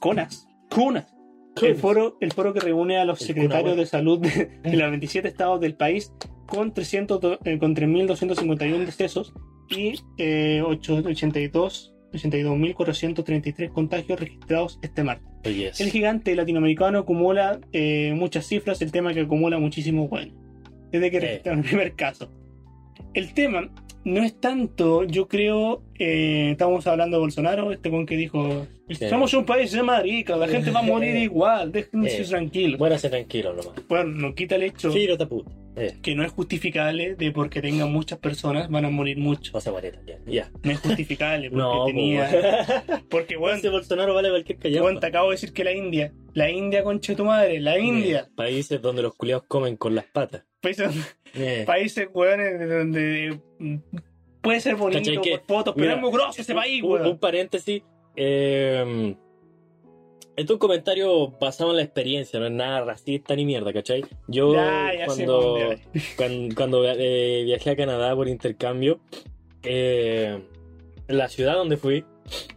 CONAS, CONAS, el foro, el foro que reúne a los El secretarios CONAHUE. de salud de, de los 27 estados del país con, 300, do- eh, con 3.251 decesos y eh, ocho- 82 82.433 contagios registrados este martes. Oye, es- El gigante latinoamericano acumula eh, muchas cifras, el tema que acumula muchísimo bueno. Desde que Eh. registraron el primer caso. El tema no es tanto, yo creo, eh, estamos hablando de Bolsonaro, este con que dijo, somos un país de marica, la gente va a morir Eh. igual, déjense Eh. tranquilos. Muérase tranquilo nomás. Bueno, no quita el hecho Firo puta. Eh, que no es justificable de porque tengan muchas personas, van a morir mucho. no se guareta, ya. ya. No es justificable porque No, pues, po, tenía... weón. Porque, bueno, Ese Bolsonaro vale cualquier callampa. te acabo de decir que la India, la India, conche tu madre, la India. Eh, Países donde los culiados comen con las patas. Países donde Eh, países, weón, en donde mm, puede ser bonito ¿Cachai que- por fotos, pero mira, es muy grosso ese país, un, un weón. paréntesis. eh, esto es un comentario basado en la experiencia, no es nada racista ni mierda, ¿cachai? Yo Ya, ya sé por cuando, dónde va. cuando, cuando, eh, viajé a Canadá por intercambio, eh, en la ciudad donde fui,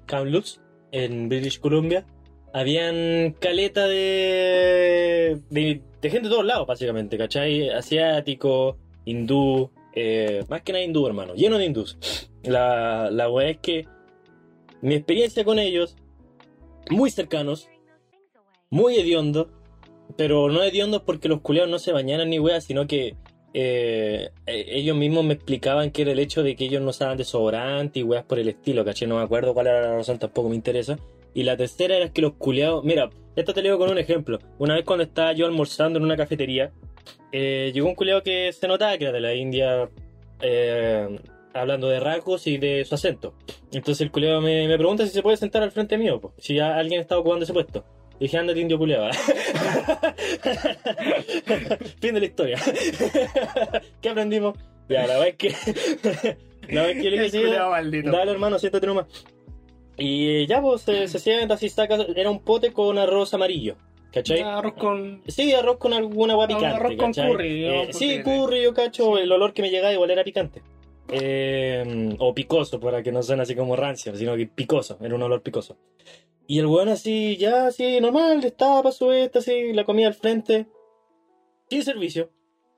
Kamloops, en British Columbia, habían caleta de, de, de gente de todos lados, básicamente, ¿cachai? Asiático, hindú, eh, más que nada hindú, hermano, lleno de hindús. La, la weá es que mi experiencia con ellos, muy cercanos, muy hediondos, pero no hediondos porque los culeados no se bañaran ni weas, sino que eh, eh, ellos mismos me explicaban que era el hecho de que ellos no usaban desodorante y weas por el estilo, caché, no me acuerdo cuál era la razón, tampoco me interesa. Y la tercera era que los culeados, mira, esto te lo digo con un ejemplo. Una vez cuando estaba yo almorzando en una cafetería, eh, llegó un culeado que se notaba que era de la India, eh, hablando de rasgos y de su acento. Entonces el culeado me, me pregunta si se puede sentar al frente mío, po, si ya alguien estaba ocupando ese puesto. Y dije, ándate indio culeado. fin de la historia. ¿Qué aprendimos? Ya, la vez que. la vez que yo le dije, El "Sí, culiao maldito. Dale, hermano, siéntate nomás. Y ya, pues, se, se sienta así, saca. Era un pote con arroz amarillo, ¿cachai? Arroz con. Sí, arroz con alguna agua Un picante. arroz con ¿cachai? curry, Eh, ¿no? sí, Porque- curry, yo cacho. El olor que me llegaba igual era picante. Eh, o picoso, para que no suene así como rancio, sino que picoso. Era un olor picoso. Y el weón así, ya, así, normal, estaba para su esta, así, la comida al frente. Sin servicio.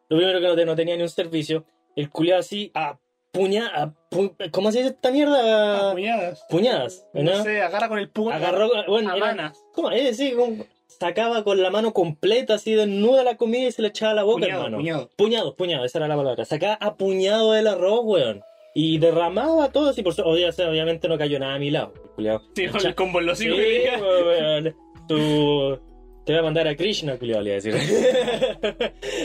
Lo primero que noté, no tenía ni un servicio. El culiado así, a puña, a pu- ¿Cómo se dice esta mierda? Ah, puñadas. puñadas, ¿no? No sé, agarra con el puño. Agarró, bueno, a era- manas. ¿Cómo? Eh, sí, con- sacaba con la mano completa, así desnuda la comida y se la echaba a la boca, Puñado, hermano. puñado. Puñado, puñado, esa era la palabra. Sacaba a puñado el arroz, weón. Y derramaba todo así, por su- o sea, obviamente no cayó nada a mi lado, culiao. Sí, con Cha- el combo en los Sí, hijos. diría. weón. Tú- Te voy a mandar a Krishna, culiao, le iba a decir.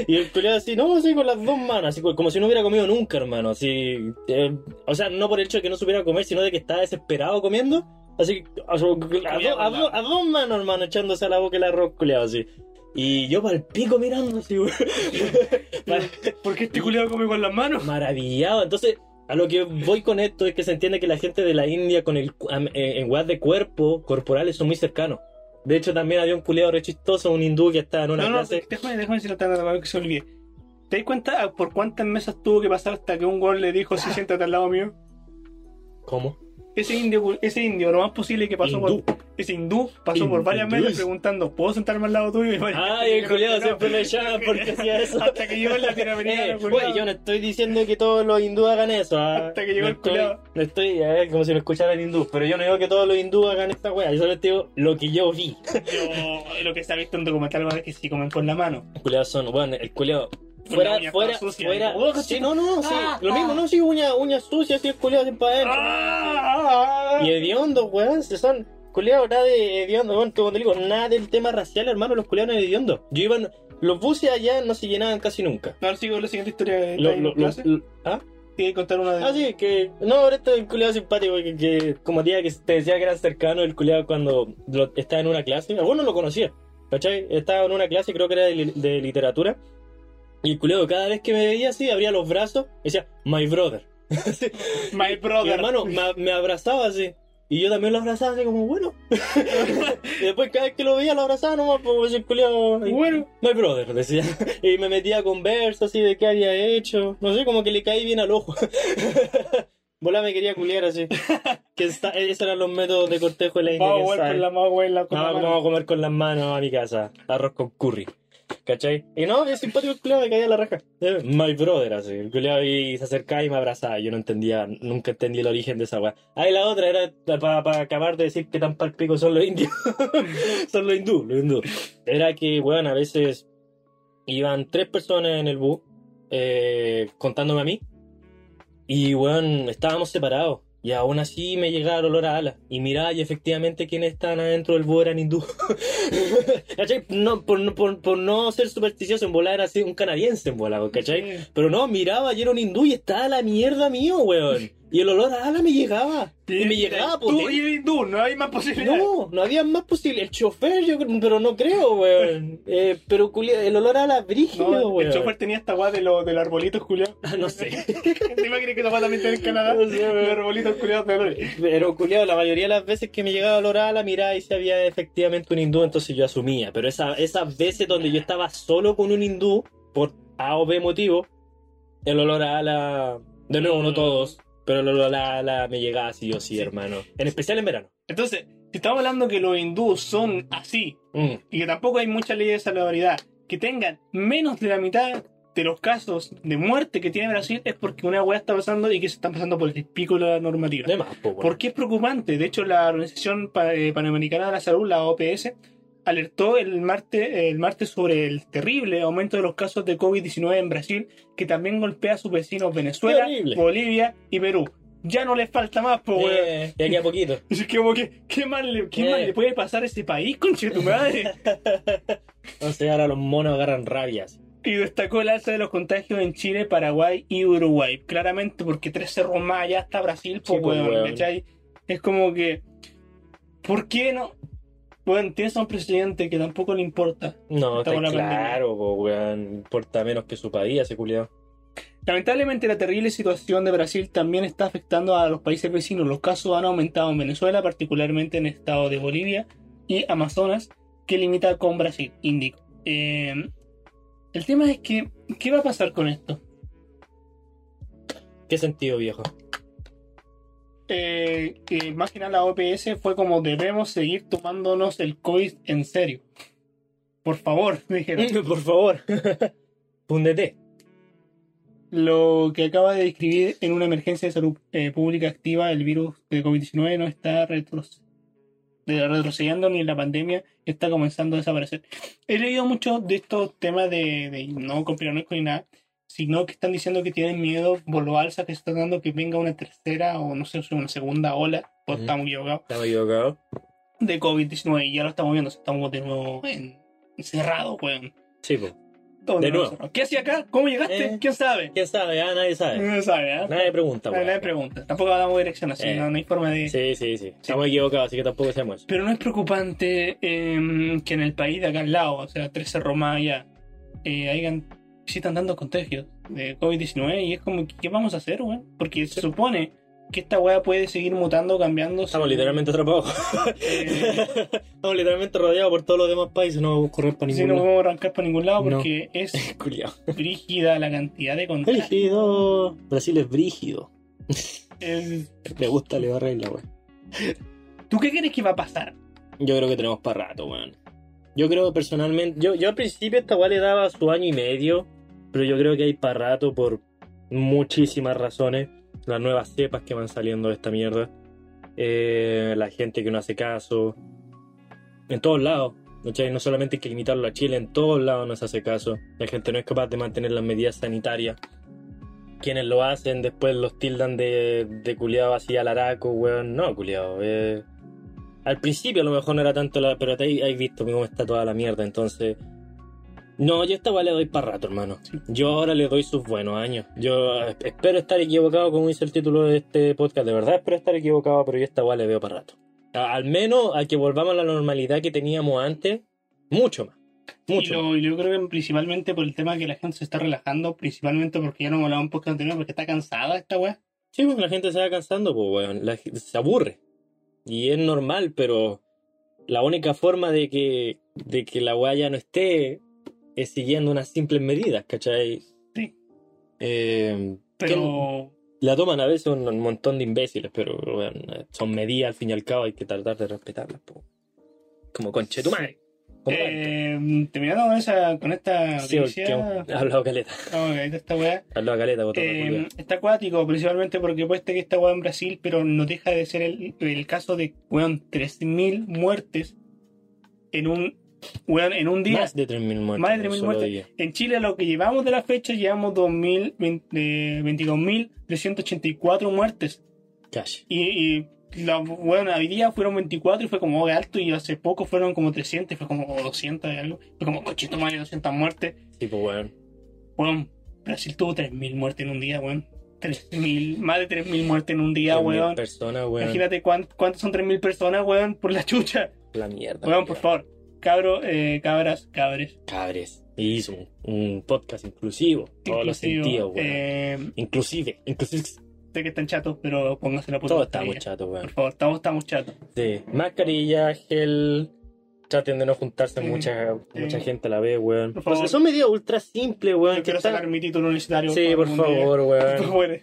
y el culiao así, no, así con las dos manos, así, como si no hubiera comido nunca, hermano. Así, eh, o sea, no por el hecho de que no supiera comer, sino de que estaba desesperado comiendo. Así, que, a, su- a Comía do- con a la- do- a dos manos, hermano, echándose a la boca el arroz, culiao, así. Y yo pal pico mirando así, weón. ¿Por qué este culiado come con las manos? Maravillado. Entonces, a lo que voy con esto es que se entiende que la gente de la India con el cu- am- eh, en weas de cuerpo corporales son muy cercanos. De hecho, también había un culeado re chistoso, un hindú que estaba en una No, no, clase. déjame, déjame decirlo tan rápido que se olvide. ¿Te das cuenta por cuántas mesas tuvo que pasar hasta que un gol le dijo, Ah. sí, siéntate al lado mío? ¿Cómo? Ese indio, ese indio, lo más posible que pasó Hindú. por. Ese hindú pasó por varias Hindúes. mesas preguntando, ¿puedo sentarme al lado tuyo? Y varias Ay, el personas culiado dijeron, siempre lo echaban porque hacía eso. "No". este Hasta que llegó el Eh, latinoamericano, güey, culiao. yo no estoy diciendo que todos los hindúes hagan eso. ah. Hasta que llegó no el estoy- culiao. No estoy, eh, como si me escucharan hindú, pero yo no digo que todos los hindúes hagan esta wea. Yo solo te digo lo que yo vi. Yo- eh, lo que se ha visto en documental varias que sí comen con la mano. Los culiados son, bueno, el culiado. Con la Fuera, uña fuera, toda sucia, fuera. digo, "Oh, Sí, no, no, sí. ah, lo mismo, ah". no, sí, uña, uña sucia, sí, el culiado sin pa' adentro. ¡Ah! Eh. Y hediondos, weón, se son culiados, nada de hediondos, weón. Tú cuando digo nada del tema racial, hermano, los culiados no hediondos. Yo iba, los buses allá no se llenaban casi nunca. No, sigo la siguiente historia de Lo- de lo- lo- clase. lo- ¿Ah? Tiene que contar una de... Ah, sí, que. No, ahora está el culiado simpático, que, que como tía que te decía que era cercano, el culiado cuando lo- estaba en una clase, algunos lo conocía, ¿cachai? Estaba en una clase, creo que era de, li- de literatura, y el culiado cada vez que me veía así, abría los brazos, y decía, my brother. My Mi brother. hermano me, me abrazaba así. Y yo también lo abrazaba así como, bueno. y después cada vez que lo veía lo abrazaba nomás, pues el culiado... Bueno. My brother, decía. Y me metía a conversa así de qué había hecho. No sé, como que le caí bien al ojo. Bola me quería culiar así. Que esta- esos eran los métodos de cortejo de la India. Vamos a que jugar sabe. con la más buena. No, Con la ¿cómo mano. vamos a comer con las manos a mi casa? Arroz con curry. ¿Cachai? Y no, es simpático el culiado, me caía la raja. Eh, My brother, así. El culiado y se acercaba y me abrazaba. Yo no entendía, nunca entendí el origen de esa weá. Ahí la otra era para acabar de decir que tan palpico son los indios. son los hindú, los hindú. Era que, weón, a veces iban tres personas en el bus eh, contándome a mí. Y, weón, estábamos separados. Y aún así me llegaba el olor a alas. Y miraba y efectivamente quienes estaban adentro del bus eran hindú. ¿Cachai? No, por, no- por- por no ser supersticioso, en volar era así un canadiense en volar, ¿cachai? Pero no, miraba y era un hindú y estaba la mierda mío, weón. Y el olor a ala me llegaba. Y me pues, llegaba, Tú potente. y el hindú, no hay más posibilidades. No, no había más posible. El chofer, yo creo, pero no creo, weón. Eh, pero culia, el olor a la brígido, No, weón. el chofer tenía esta guay de, lo- de los arbolitos culiados. Ah, no sé. ¿Te imaginas que esa guay también tiene en Canadá? No sé, weón. los arbolitos culiados de olores. Pero culiado, la mayoría de las veces que me llegaba el olor a la mirada y se había efectivamente un hindú, entonces yo asumía. Pero esa- esas veces donde yo estaba solo con un hindú, por A o B motivo, el olor a la. De nuevo, no todos, pero el olor a la me llegaba sí o sí, Mm. Sí. hermano. En especial en verano. Entonces, si estamos hablando que los hindúes son así, Mm. y que tampoco hay mucha ley de salubridad, que tengan menos de la mitad de los casos de muerte que tiene Brasil es porque una weá está pasando y que se están pasando por el pico de la normativa. De más, po, weón. Porque es preocupante. De hecho, la Organización Pa- eh, Panamericana de la Salud, la OPS, alertó el martes, el martes sobre el terrible aumento de los casos de COVID-19 en Brasil, que también golpea a sus vecinos Venezuela, Qué horrible. Bolivia y Perú. Ya no les falta más, pues, weón. Eh, de aquí a poquito. Es que como que, ¿qué más le, qué Eh. mal le puede pasar a ese país, conche tu madre? Entonces ahora los monos agarran rabias. Y destacó el alza de los contagios en Chile, Paraguay y Uruguay. Claramente porque tres cerros más allá está Brasil, pues, Sí, pues, weón, weón. ¿cachai? Es como que... ¿Por qué no? Bueno, tienes a un presidente que tampoco le importa. No, Estamos está en la claro, po, weón. Importa menos que su país, ese culiado. Lamentablemente la terrible situación de Brasil también está afectando a los países vecinos. Los casos han aumentado en Venezuela, particularmente en el estado de Bolivia y Amazonas, que limita con Brasil, indico. Eh, el tema es que, ¿qué va a pasar con esto? ¿Qué sentido, viejo? eh, que más que nada la OPS fue como debemos seguir tomándonos el COVID en serio. Por favor, dijeron. Por favor. Púndete. Lo que acaba de describir en una emergencia de salud eh, pública activa, el virus de COVID-19 no está retro- de- retrocediendo ni la pandemia está comenzando a desaparecer. He leído mucho de estos temas de, de no conspiranoicos ni nada, sino que están diciendo que tienen miedo por los alzas que se están dando que venga una tercera o no sé, una segunda ola, o Ujú. estamos equivocados. Estaba equivocado. de COVID-19 y ya lo estamos viendo, estamos de nuevo en- encerrados, weón. Sí, po. Todos De de nuevo. nuevo. encerrados. ¿Qué hacía acá? ¿Cómo llegaste? Eh. ¿Quién sabe? ¿Quién sabe? Ah, nadie sabe. Nadie sabe, ¿eh? Nadie pregunta, Nadie, weón. nadie pregunta. Tampoco damos dirección así, Eh. no, no hay forma de... Sí, sí, sí. Estamos equivocados, así que tampoco seamos eso. Pero no es preocupante eh, que en el país de acá al lado, o sea, 13 Roma allá, eh, hayan, sí están dando contagios de COVID-19 y es como, ¿qué vamos a hacer, weón? Porque se supone que esta weá puede seguir mutando, cambiando. Estamos según- literalmente atrapados. eh, Estamos literalmente rodeados por todos los demás países. No vamos a correr para sí, no ningún lado. podemos arrancar para ningún lado No. porque es Culiao. brígida la cantidad de contagios. Brígido. Brasil es brígido. El- Le gusta, le va a reír la weón. ¿Tú qué crees que va a pasar? Yo creo que tenemos para rato, weón. Yo creo personalmente. Yo, yo al principio esta weá le daba su año y medio, pero yo creo que hay para rato por muchísimas razones. Las nuevas cepas que van saliendo de esta mierda. eh, la gente que no hace caso. En todos lados. ¿cachai? No solamente hay que limitarlo a Chile, en todos lados no se hace caso. La gente no es capaz de mantener las medidas sanitarias. Quienes lo hacen después los tildan de, de culiado así al araco, weón. No, culiado. eh, al principio a lo mejor no era tanto la. Pero te has visto cómo está toda la mierda, entonces. No, yo esta weá le doy para rato, hermano. Yo ahora le doy sus buenos años. Yo eh, espero estar equivocado, como dice el título de este podcast. De verdad espero estar equivocado, pero yo esta weá le veo para rato. A- Al menos a que volvamos a la normalidad que teníamos antes, mucho más. Y Mucho. más. lo- yo creo que principalmente por el tema que la gente se está relajando, principalmente porque ya no hablaba un poco anterior, porque está cansada esta weá. Sí, porque la gente se va cansando, pues, weón. La gente se aburre. Y es normal, pero la única forma de que, de que la weá ya no esté es siguiendo unas simples medidas, ¿cachai? Sí. Eh, que Pero la toman a veces un, un montón de imbéciles, pero weón, son medidas al fin y al cabo, hay que tratar de respetarlas, po. Como conche tu madre. Como tanto. eh, terminando con, esa, con esta Sí, porque noticia, he hablado caleta, vamos a ver esta weá. he hablado caleta, con todo Eh, el culiao. está acuático, principalmente porque puede ser que está weá en Brasil, pero no deja de ser el, el caso de, weón, 3.000 muertes en un, weón, en un día. Más de 3.000 muertes. Más de en un 3.000 solo muertes. día. En Chile, lo que llevamos de la fecha, llevamos 2000, 20, eh, 22.384 muertes. Cash. Y, y la, bueno, hoy día fueron 24 y fue como oh, alto, y hace poco fueron como 300, y fue como 200 y algo. Fue como, cochito, más de 200 muertes. Tipo, weón. Weón, Brasil tuvo 3.000 muertes en un día, weón. 3.000, más de 3.000 muertes en un día, 3.000 weón. personas, weón. Imagínate cuán- cuántas son 3.000 personas, weón, por la chucha. La mierda. Weón, por favor. Cabro, eh, cabras, cabres. Cabres. Y hizo un, un podcast inclusivo. Todos los Inclusive, sentidos, weón. eh, Inclusive. Inclusive. sé que están chatos, pero pónganse la puta Todos estamos mascarilla. chatos, Por weón. favor, todos estamos chatos. Sí. Mascarilla, gel. Traten de no juntarse Sí, mucha, sí. mucha gente a la vez, weón. Por favor. O sea, son medidas ultra simples, Yo weón. que quiero están- sacar mi título universitario. Sí, por algún día. favor, Por weón. favor.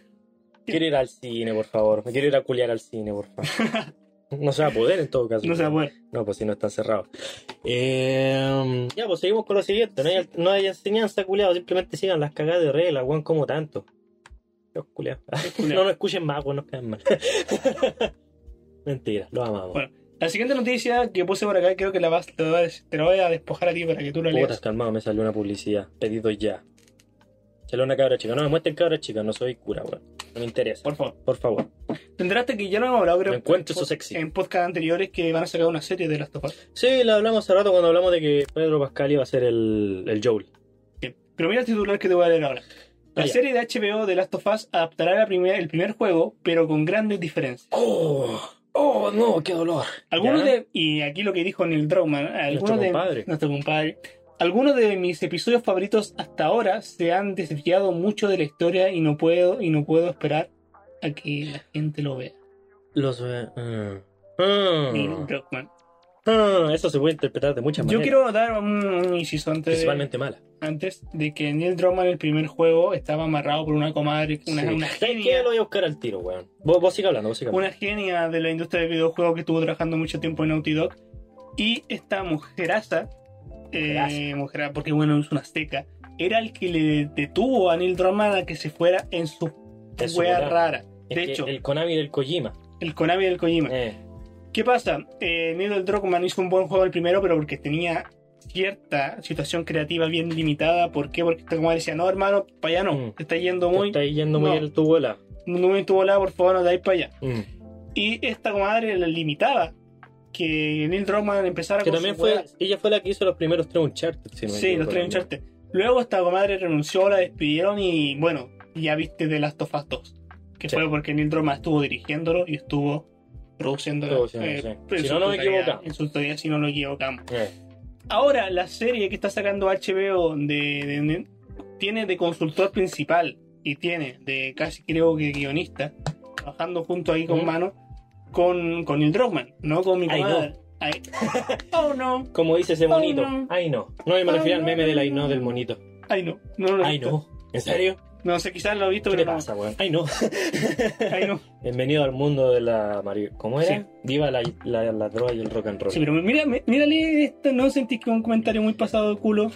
Quiero ir al cine, por favor. Me quiero ir a culiar al cine, por favor. No se va a poder en todo caso. No se va a poder. No, pues si no está cerrado. Eh, ya, pues seguimos con lo siguiente. No hay, no hay enseñanza, culiado. Simplemente sigan las cagadas de regla, weón, como tanto. Los culiados. No Culeado. nos escuchen más, weón, nos caen mal. Mentira, los amamos. Bueno, La siguiente noticia que puse por acá, creo que la vas, te, la voy a- te la voy a despojar a ti para que tú la Putas, leas. calmado, me salió una publicidad. Pedido ya. Salió una cabra chica. No me muestren cabra chica, no soy cura, weón. No me interesa. Por favor. Por favor. Te enteraste que ya lo hemos hablado, creo. Me encuentro en pod- eso sexy. En podcast anteriores que van a sacar una serie de las topas. Sí, lo hablamos hace rato cuando hablamos de que Pedro Pascal iba a ser el, el Joel. Pero mira el titular que te voy a leer ahora. La Ah, ya. serie de HBO de Last of Us adaptará la primer- el primer juego, pero con grandes diferencias. ¡Oh! ¡Oh, no! ¡Qué dolor! Algunos Ya. de, y aquí lo que dijo Neil Druckmann, eh, algunos de, compadre. nuestro compadre, algunos de mis episodios favoritos hasta ahora se han desviado mucho de la historia y no puedo, y no puedo esperar a que la gente lo vea. Los. eh, mm. Mm. Neil Druckmann. Ah, eso se puede interpretar de muchas Yo maneras. quiero dar un, un inciso antes de, Principalmente mala. antes de que Neil Druckmann en el primer juego estaba amarrado por una comadre, una, Sí. una ¿Sabes qué? genia. Lo voy a buscar al tiro, weón. Vos, vos sigue hablando, vos sigue hablando. una genia de la industria de videojuegos que estuvo trabajando mucho tiempo en Naughty Dog. Y esta mujeraza, eh, Mujeraza. mujera- porque bueno, es una azteca, era el que le detuvo a Neil Druckmann a que se fuera en su En su wea volada. rara. Es De que hecho, el... El Konami del Kojima. Konami del Kojima. Eh, ¿Qué pasa? Eh, Neil Druckmann hizo un buen juego el primero, pero porque tenía cierta situación creativa bien limitada. ¿Por qué? Porque esta comadre decía, no, hermano, para allá no, Mm. te está yendo te muy... está yendo muy no. bien tu bola. No me estuvo volada, por favor, no te vayas para allá. Mm. Y esta comadre la limitaba. Que Neil Druckmann empezara Que con también su fue. weá. Ella fue la que hizo los primeros tres Uncharted, si no me Sí, los equivoco, tres también. Uncharted. Luego esta comadre renunció, la despidieron y bueno, ya viste de Last of Us 2. Que Sí. fue porque Neil Druckmann estuvo dirigiéndolo y estuvo produciendo eh, Produciendo, sí. en Si su no nos totalidad- equivocamos. En su totalidad, si no nos equivocamos. Eh, Ahora, la serie que está sacando HBO de, de- de- tiene de consultor principal y tiene de casi creo que guionista, trabajando junto ahí con Ujú. mano, con, con el Druckmann, no con mi Ay, no. comadre. Ay. Oh no, Como dice ese monito. no. Ay no. No, y me Ay, refiero al no, meme no, del no, ay no no. del monito. ay no, no lo he Ay visto. no. ¿En serio? No sé, quizás lo he visto, ¿Qué te pero no. pasa, weón? Ay, no. Ay, no. Bienvenido al mundo de la Mario. ¿Cómo era? Sí. Viva la, la, la droga y el rock and roll. Sí, pero mira, mí- mírale esto, ¿no sentís que es un comentario muy pasado de culo?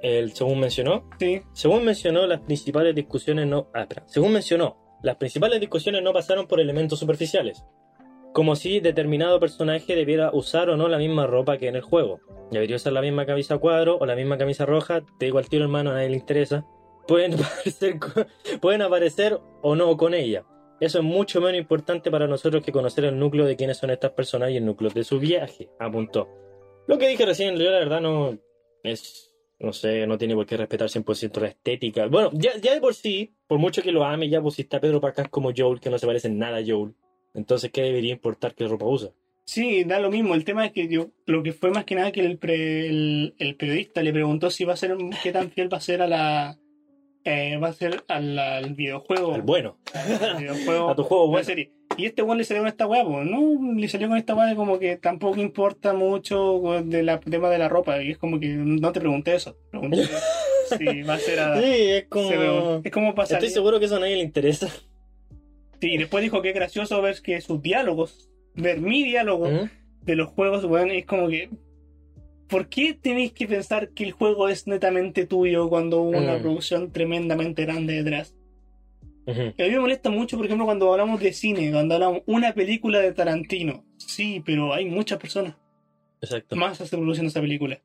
El, según mencionó, Sí. según mencionó, las principales discusiones no. ah, espera. Según mencionó, las principales discusiones no pasaron por elementos superficiales. Como si determinado personaje debiera usar o no la misma ropa que en el juego. Debería usar la misma camisa cuadro o la misma camisa roja. Te digo al tiro, hermano, a nadie le interesa. Pueden aparecer, co- pueden aparecer o no con ella. Eso es mucho menos importante para nosotros que conocer el núcleo de quiénes son estas personas y el núcleo de su viaje, apuntó. Lo que dije recién, yo la verdad no es, no sé, no tiene por qué respetar 100% la estética. Bueno, ya, ya de por sí, por mucho que lo ame, ya pues si está Pedro Pascal como Joel, que no se parece en nada a Joel, entonces ¿qué debería importar qué ropa usa? Sí, da lo mismo. El tema es que yo, lo que fue más que nada que el, pre- el, el periodista le preguntó si va a ser, qué tan fiel va a ser a la, eh, va a ser al, al videojuego. Al bueno, al videojuego. a tu juego la bueno. serie. Y este weón le salió con esta weá, po, ¿no? Le salió con esta weá de como que tampoco importa mucho weón, de la tema de la ropa. Y es como que no te pregunté eso. Pregunté si va a ser a. Sí, es se ve- como... Es como pasar. Estoy seguro que eso a nadie le interesa. Sí, y después dijo que es gracioso ver que sus diálogos, ver mi diálogo ¿Mm? de los juegos, weón, es como que. ¿Por qué tenéis que pensar que el juego es netamente tuyo cuando hubo una Mm. producción tremendamente grande detrás? Ujú. Y a mí me molesta mucho, por ejemplo, cuando hablamos de cine, cuando hablamos una película de Tarantino. Sí, pero hay muchas personas Exacto. más hace producción esa película.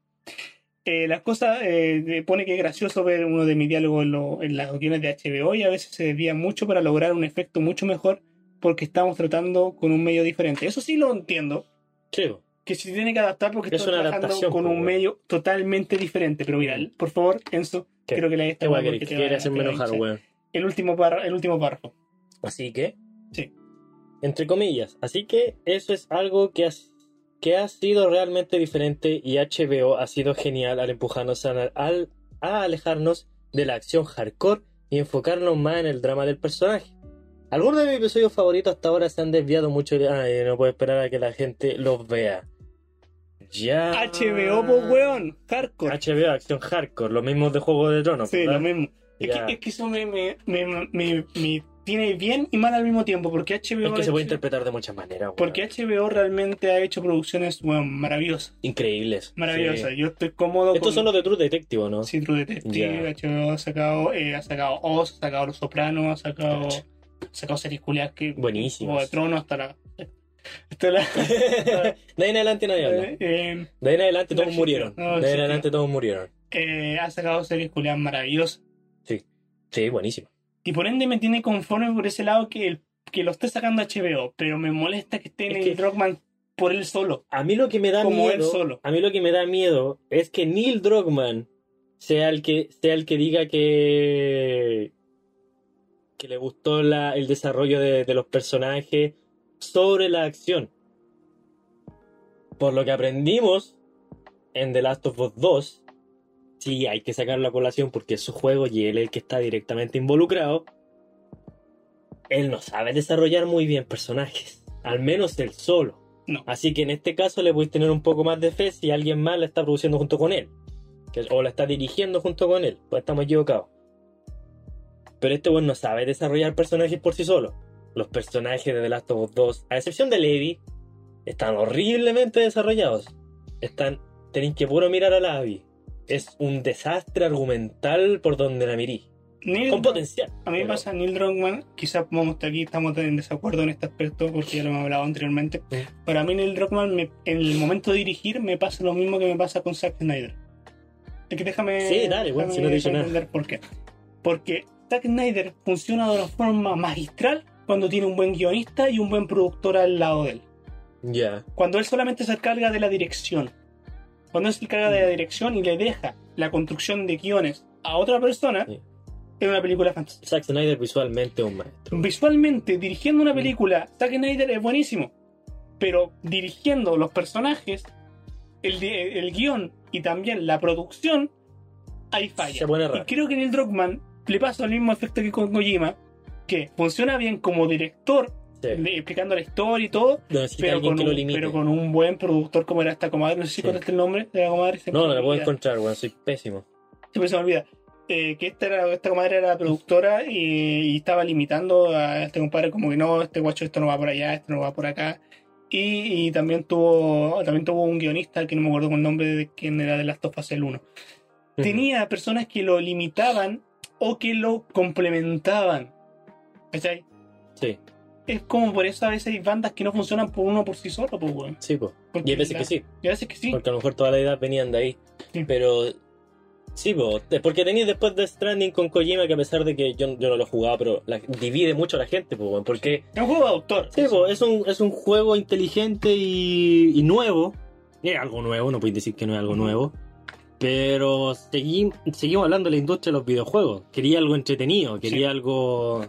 Eh, las cosas eh, de- pone que es gracioso ver uno de mis diálogos en, lo- en las guiones de HBO y a veces se desvía mucho para lograr un efecto mucho mejor porque estamos tratando con un medio diferente. Eso sí lo entiendo, Sí, po. que se tiene que adaptar porque Es estamos una trabajando adaptación, con po, un weón. medio totalmente diferente. Pero mira, por favor, Enzo, ¿Qué? creo que lees esta Este weá weá que porque te va- quiere hacerme te va a enojar, hinchar. weón. El último, par- el último párrafo. Así que. Sí. Entre comillas. Así que eso es algo que, has- que ha sido realmente diferente y HBO ha sido genial al empujarnos a, al, a alejarnos de la acción hardcore y enfocarnos más en el drama del personaje. Algunos de mis episodios favoritos hasta ahora se han desviado mucho. de- Ay, no puedo esperar a que la gente los vea. Ya. HBO, po, pues, weón, hardcore. HBO, acción hardcore. Lo mismo de Juego de Tronos. Sí, ¿verdad? lo mismo. Es Ya. que, es que eso me, me, me, me- me tiene bien y mal al mismo tiempo, porque HBO, Es que se puede ha hecho- interpretar de muchas maneras. weón. porque HBO realmente ha hecho producciones bueno, maravillosas. Increíbles. Maravillosas. Sí. Yo estoy cómodo Estos son los de True Detective, ¿o ¿no? Sí, True Detective, Ya. HBO ha sacado, eh, ha sacado Oz, ha sacado Los Sopranos, ha sacado, Cacha. ha sacado series culiadas que... Buenísimas. Juego de Trono hasta la... Hasta la... de ahí en adelante nadie habla. eh, eh, De ahí en adelante no todos existe, murieron. de no ahí en existe. adelante todos murieron. eh, ha sacado series culiadas maravillosas. Sí, buenísimo. Y por ende me tiene conforme por ese lado que, el- que lo esté sacando HBO, pero me molesta que esté en Es el que- Rockman por él solo. A mí lo que me da Como él miedo. solo. A mí lo que me da miedo es que Neil Druckmann sea el que, sea el que diga que. que le gustó la- el desarrollo de, de los personajes sobre la acción. Por lo que aprendimos en The Last of Us 2, sí hay que sacarlo a colación porque es su juego y él es el que está directamente involucrado. Él no sabe desarrollar muy bien personajes, al menos él solo. No. Así que en este caso le podéis tener un poco más de fe si alguien más la está produciendo junto con él. que- o la está dirigiendo junto con él. Pues estamos equivocados. Pero este weón no sabe desarrollar personajes por sí solo. Los personajes de The Last of Us 2, a excepción de Levi, están horriblemente desarrollados. Están. Tenéis que puro mirar a la Abby. Es un desastre argumental por donde la mirí. Neil- Con potencial. a mí me pero- pasa Neil Druckmann, quizás vamos hasta aquí, estamos en desacuerdo en este aspecto porque ya lo hemos hablado anteriormente, Sí. pero a mí Neil Druckmann me- en el momento de dirigir me pasa lo mismo que me pasa con Zack Snyder. Es que déjame, Sí, dale, bueno, déjame si no te dice nada. entender por qué. Porque Zack Snyder funciona de una forma magistral cuando tiene un buen guionista y un buen productor al lado de él. Ya. cuando él solamente se encarga de la dirección. Cuando él se encarga Mm. de la dirección y le deja la construcción de guiones a otra persona, Sí. es una película fantástica. Zack Snyder visualmente es un maestro. Visualmente, dirigiendo una película, Zack Snyder es buenísimo, pero dirigiendo los personajes, el, di- el guión y también la producción, hay fallas. Se pone Y raro. creo que Neil Druckmann le pasa el mismo efecto que con Kojima, que funciona bien como director, Sí. le- explicando la historia y todo, No necesita pero alguien con, que lo un, limite. pero con un buen productor como era esta comadre, no sé si Sí. conoces el nombre de la comadre. se No, me no la puedo olvida, encontrar, weón. Soy pésimo. Siempre se me olvida. eh, que esta, era, esta comadre era productora y, y estaba limitando a este compadre como que no, este guacho esto no va por allá, esto no va por acá. Y, y también tuvo también tuvo un guionista que no me acuerdo con el nombre de quién era de Last of Us el 1. Tenía personas que lo limitaban o que lo complementaban. ¿Cachai? Mm, Sí, Es como por eso a veces hay bandas que no funcionan por uno por sí solo, pues, weón. sí, pues. Porque Y hay veces la- que sí. Y a veces que sí. Porque a lo mejor toda la edad venían de ahí. Sí. Pero sí, po, es porque tenéis después de Stranding con Kojima, que a pesar de que yo, yo no lo jugaba, pero la- divide mucho a la gente, po, weón, porque Es un juego de autor. sí, pues, po, es, un, es un juego inteligente y, y nuevo. Es algo nuevo, no podéis decir que no es algo nuevo. Pero seguim- seguimos hablando de la industria de los videojuegos. Quería algo entretenido, quería algo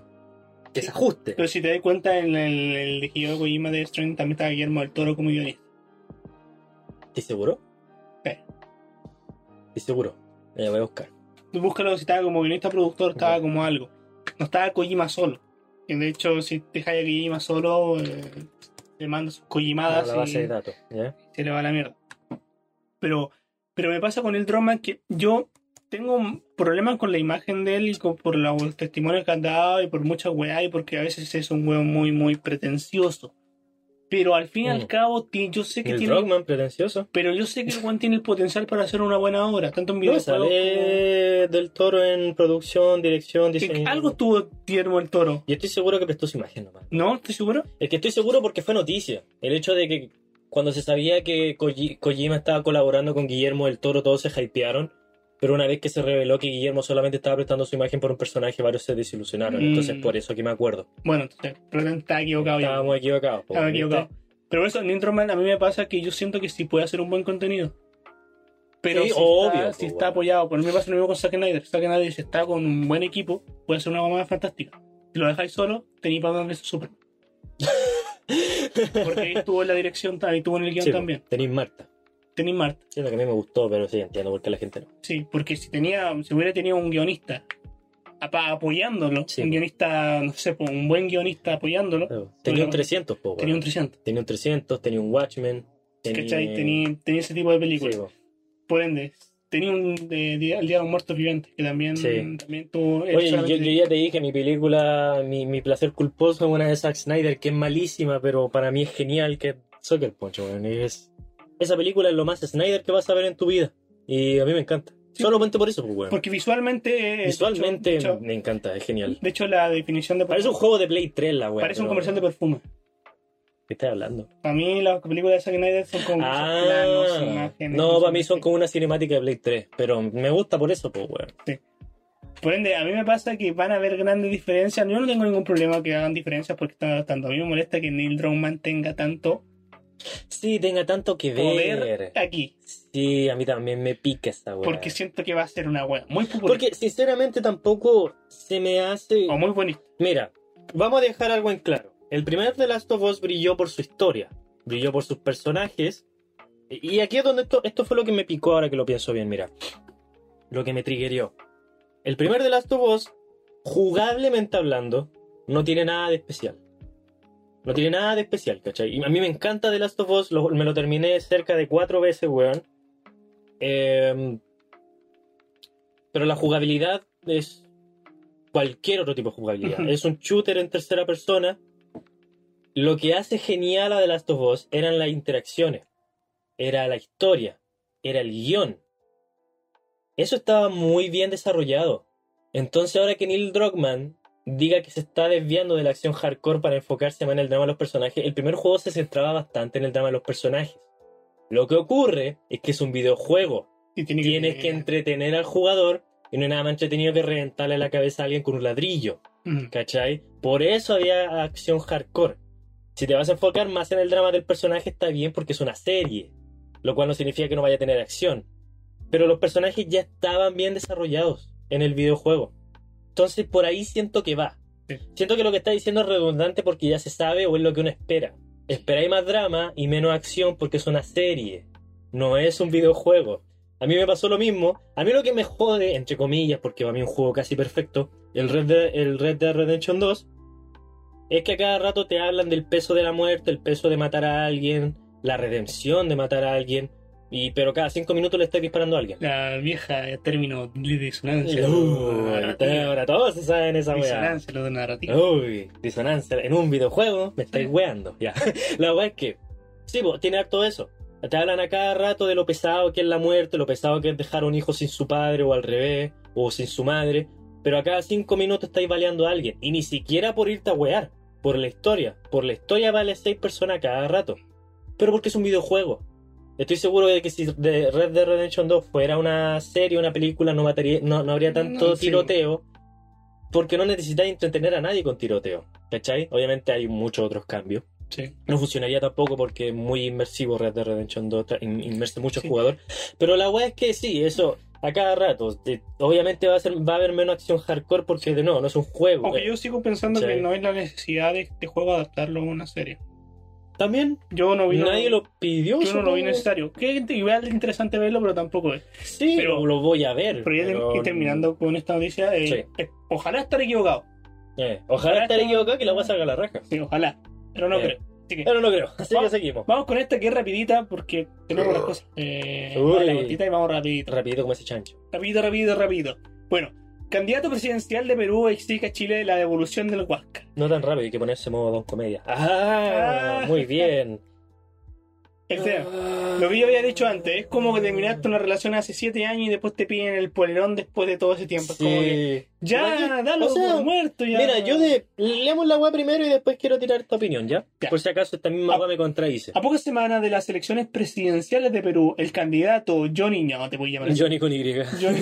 que se ajuste. Pero si te das cuenta, en el, el de Hideo Kojima de Stranding también estaba Guillermo del Toro como guionista. ¿Estás seguro? Sí. ¿Estás seguro? Ya voy a buscar. Tú búscalo si estaba como guionista productor, estaba como algo. No estaba Kojima solo. Que de hecho, si dejáis a Kojima solo, eh, le manda sus A Kojimadas la base y de datos. ¿ya? se le va a la mierda. Pero, pero me pasa con el drama que yo tengo un problema con la imagen de él y con- por los testimonios que han dado y por muchas weá y porque a veces es un weón muy, muy pretencioso. Pero al fin y Mm. al cabo, ti- yo sé que El tiene. Drogman, pretencioso. Pero yo sé que el Juan tiene el potencial para hacer una buena obra, tanto en No, videojuegos sale del toro en producción, dirección, como- que diseño. Algo tuvo Guillermo el Toro, Yo estoy seguro que prestó su imagen nomás. ¿no? ¿Estoy seguro? Es que estoy seguro porque fue noticia. El hecho de que cuando se sabía que Koji- Kojima estaba colaborando con Guillermo del Toro, todos se hypearon. Pero una vez que se reveló que Guillermo solamente estaba prestando su imagen por un personaje, varios se desilusionaron. Mm. Entonces, por eso que me acuerdo. Bueno, entonces, probablemente estaba equivocado yo. Estábamos equivocados. po, Estaba ¿viste? equivocado. Pero por eso, Nintroman a mí me pasa que yo siento que sí puede hacer un buen contenido. Pero Sí, si, obvio, está, pues, si está bueno. apoyado, por mí me pasa lo mismo con Zack Snyder. Zack Snyder, si está con un buen equipo, puede hacer una goma fantástica. Si lo dejáis solo, tenéis para donde super. Porque ahí estuvo en la dirección, ahí estuvo en el guión Sí, pues. po, también. tenéis Marta. Tenéis Marta. Siento que a mí me gustó, pero sí, entiendo por qué la gente no. Sí, porque si tenía, si hubiera tenido un guionista apa- apoyándolo, Sí. un guionista, no sé, po, un buen guionista apoyándolo, Pero Tenía un Bueno, 300, po, tenía un weón. 300. Tenía un 300, tenía un Watchmen. Tenía... ¿Cachai? Tenía, tenía ese tipo de películas. Sí, po. Por ende, tenía un de, de, El Día de los Muertos Vivientes, que también, Sí. también tuvo. él Oye, yo, Eh, solamente- yo ya te dije, mi película, mi, mi placer culposo es una de Zack Snyder, que es malísima, pero para mí es genial, que es Soccer Punch, weón. Y es- esa película es lo más Snyder que vas a ver en tu vida. Y a mí me encanta. Sí. Solamente por eso, pues, weón. Porque visualmente. eh, Visualmente De hecho, me encanta, es genial. de hecho, la definición de. Parece un juego de Play 3, la weón. parece un comercial de perfume. ¿Qué estás hablando? Para mí, las películas de Zack Snyder son como. Ah, planos, imágenes, no, para mí son sí. como una cinemática de Play 3, pero me gusta por eso, pues, weón. Por ende, a mí me pasa que van a haber grandes diferencias. Yo no tengo ningún problema que hagan diferencias porque están adaptando. A mí me molesta que Neil Druckmann tenga tanto Sí, tenga tanto que poder ver. aquí. Sí, a mí también me pica esa weón. Porque siento que va a ser una wea muy popular Porque sinceramente tampoco se me hace. o muy bonita. Mira, vamos a dejar algo en claro. El primer The Last of Us brilló por su historia, brilló por sus personajes. Y aquí es donde esto, esto fue lo que me picó ahora que lo pienso bien, mira. Lo que me triggerió. El primer The Last of Us, jugablemente hablando, no tiene nada de especial. No tiene nada de especial, ¿cachai? Y a mí me encanta The Last of Us, lo- me lo terminé cerca de cuatro veces, weón. Em, pero la jugabilidad es cualquier otro tipo de jugabilidad. Ujú. Es un shooter en tercera persona. Lo que hace genial a The Last of Us eran las interacciones, era la historia, era el guión. Eso estaba muy bien desarrollado. Entonces ahora que Neil Druckmann diga que se está desviando de la acción hardcore para enfocarse más en el drama de los personajes, el primer juego se centraba bastante en el drama de los personajes. Lo que ocurre es que es un videojuego. Y tiene Tienes que entretener al jugador y no hay nada más entretenido que reventarle la cabeza a alguien con un ladrillo. Ujú. ¿Cachai? Por eso había acción hardcore. Si te vas a enfocar más en el drama del personaje, está bien porque es una serie. Lo cual no significa que no vaya a tener acción. Pero los personajes ya estaban bien desarrollados en el videojuego. Entonces por ahí siento que va. Sí. Siento que lo que está diciendo es redundante porque ya se sabe o es lo que uno espera. Esperáis más drama y menos acción porque es una serie. No es un videojuego. A mí me pasó lo mismo. A mí lo que me jode, entre comillas, porque para mí es un juego casi perfecto, el Red, Dead- el Red Dead Redemption 2, es que a cada rato te hablan del peso de la muerte, el peso de matar a alguien, la redención de matar a alguien. Y, pero cada cinco minutos le estoy disparando a alguien. La vieja término de disonancia. Uh, lo ahorita- ahora todos se saben esa Uh, weá. disonancia, lo de narrativa. Uy, disonancia en un videojuego, me estáis Sí. weando. Ya. La weá es que, sí, po, tiene harto eso. Te hablan a cada rato de lo pesado que es la muerte, lo pesado que es dejar a un hijo sin su padre o al revés, o sin su madre. Pero a cada cinco minutos estáis baleando a alguien. Y ni siquiera por irte a wear, por la historia. Por la historia vale seis personas a cada rato. Pero porque es un videojuego. Estoy seguro de que si de Red Dead Redemption 2 fuera una serie, una película, no, mataría, no, no habría tanto No, sí. tiroteo. Porque no necesitáis entretener a nadie con tiroteo. ¿Cachai? Obviamente hay muchos otros cambios. Sí. No funcionaría tampoco porque es muy inmersivo Red Dead Redemption 2, tra- in- inmerse mucho Sí. el jugador. Pero la weá es que sí, eso a cada rato. te- obviamente va a, ser, va a haber menos acción hardcore porque de nuevo no es un juego. Aunque yo sigo pensando Sí. que no hay la necesidad de este juego adaptarlo a una serie. También Yo no vi nadie lo pidió. yo no lo vi este- supongo. necesario. Que igual es interesante verlo, pero tampoco es. Sí, pero- pero lo voy a ver. Pero ya pero- y terminando con esta noticia, eh, Sí. eh, ojalá estar equivocado. Eh, ojalá estar equivocado que la voy a salga a la raja. Sí, Ah. ojalá. Pero no Eh. creo. Así que Pero no creo. Así que Vamos. seguimos. vamos con esta que es rapidita porque tenemos las cosas. Eh, Uy. vamos a la cortita y vamos rapidito. Rapidito como ese chancho. Rapidito, rapidito, rapidito. Bueno, candidato presidencial de Perú exige a Chile la devolución del Huasca. No tan rápido, hay que ponerse modo don comedia. Ah, Ah. muy bien. El tema. Lo que yo había dicho antes, es como que terminaste una relación hace 7 años y después te piden el polerón después de todo ese tiempo. Es como que, Sí. ya, Oye, dalo o sea, por muerto. Ya. Mira, yo de... leemos la weá primero y después quiero tirar tu opinión, ¿ya? Ya. Por si acaso esta misma Ah. weá me contradice. A pocas semanas de las elecciones presidenciales de Perú, el candidato Johnny, no te voy a llamar así. Johnny con Y. Johnny,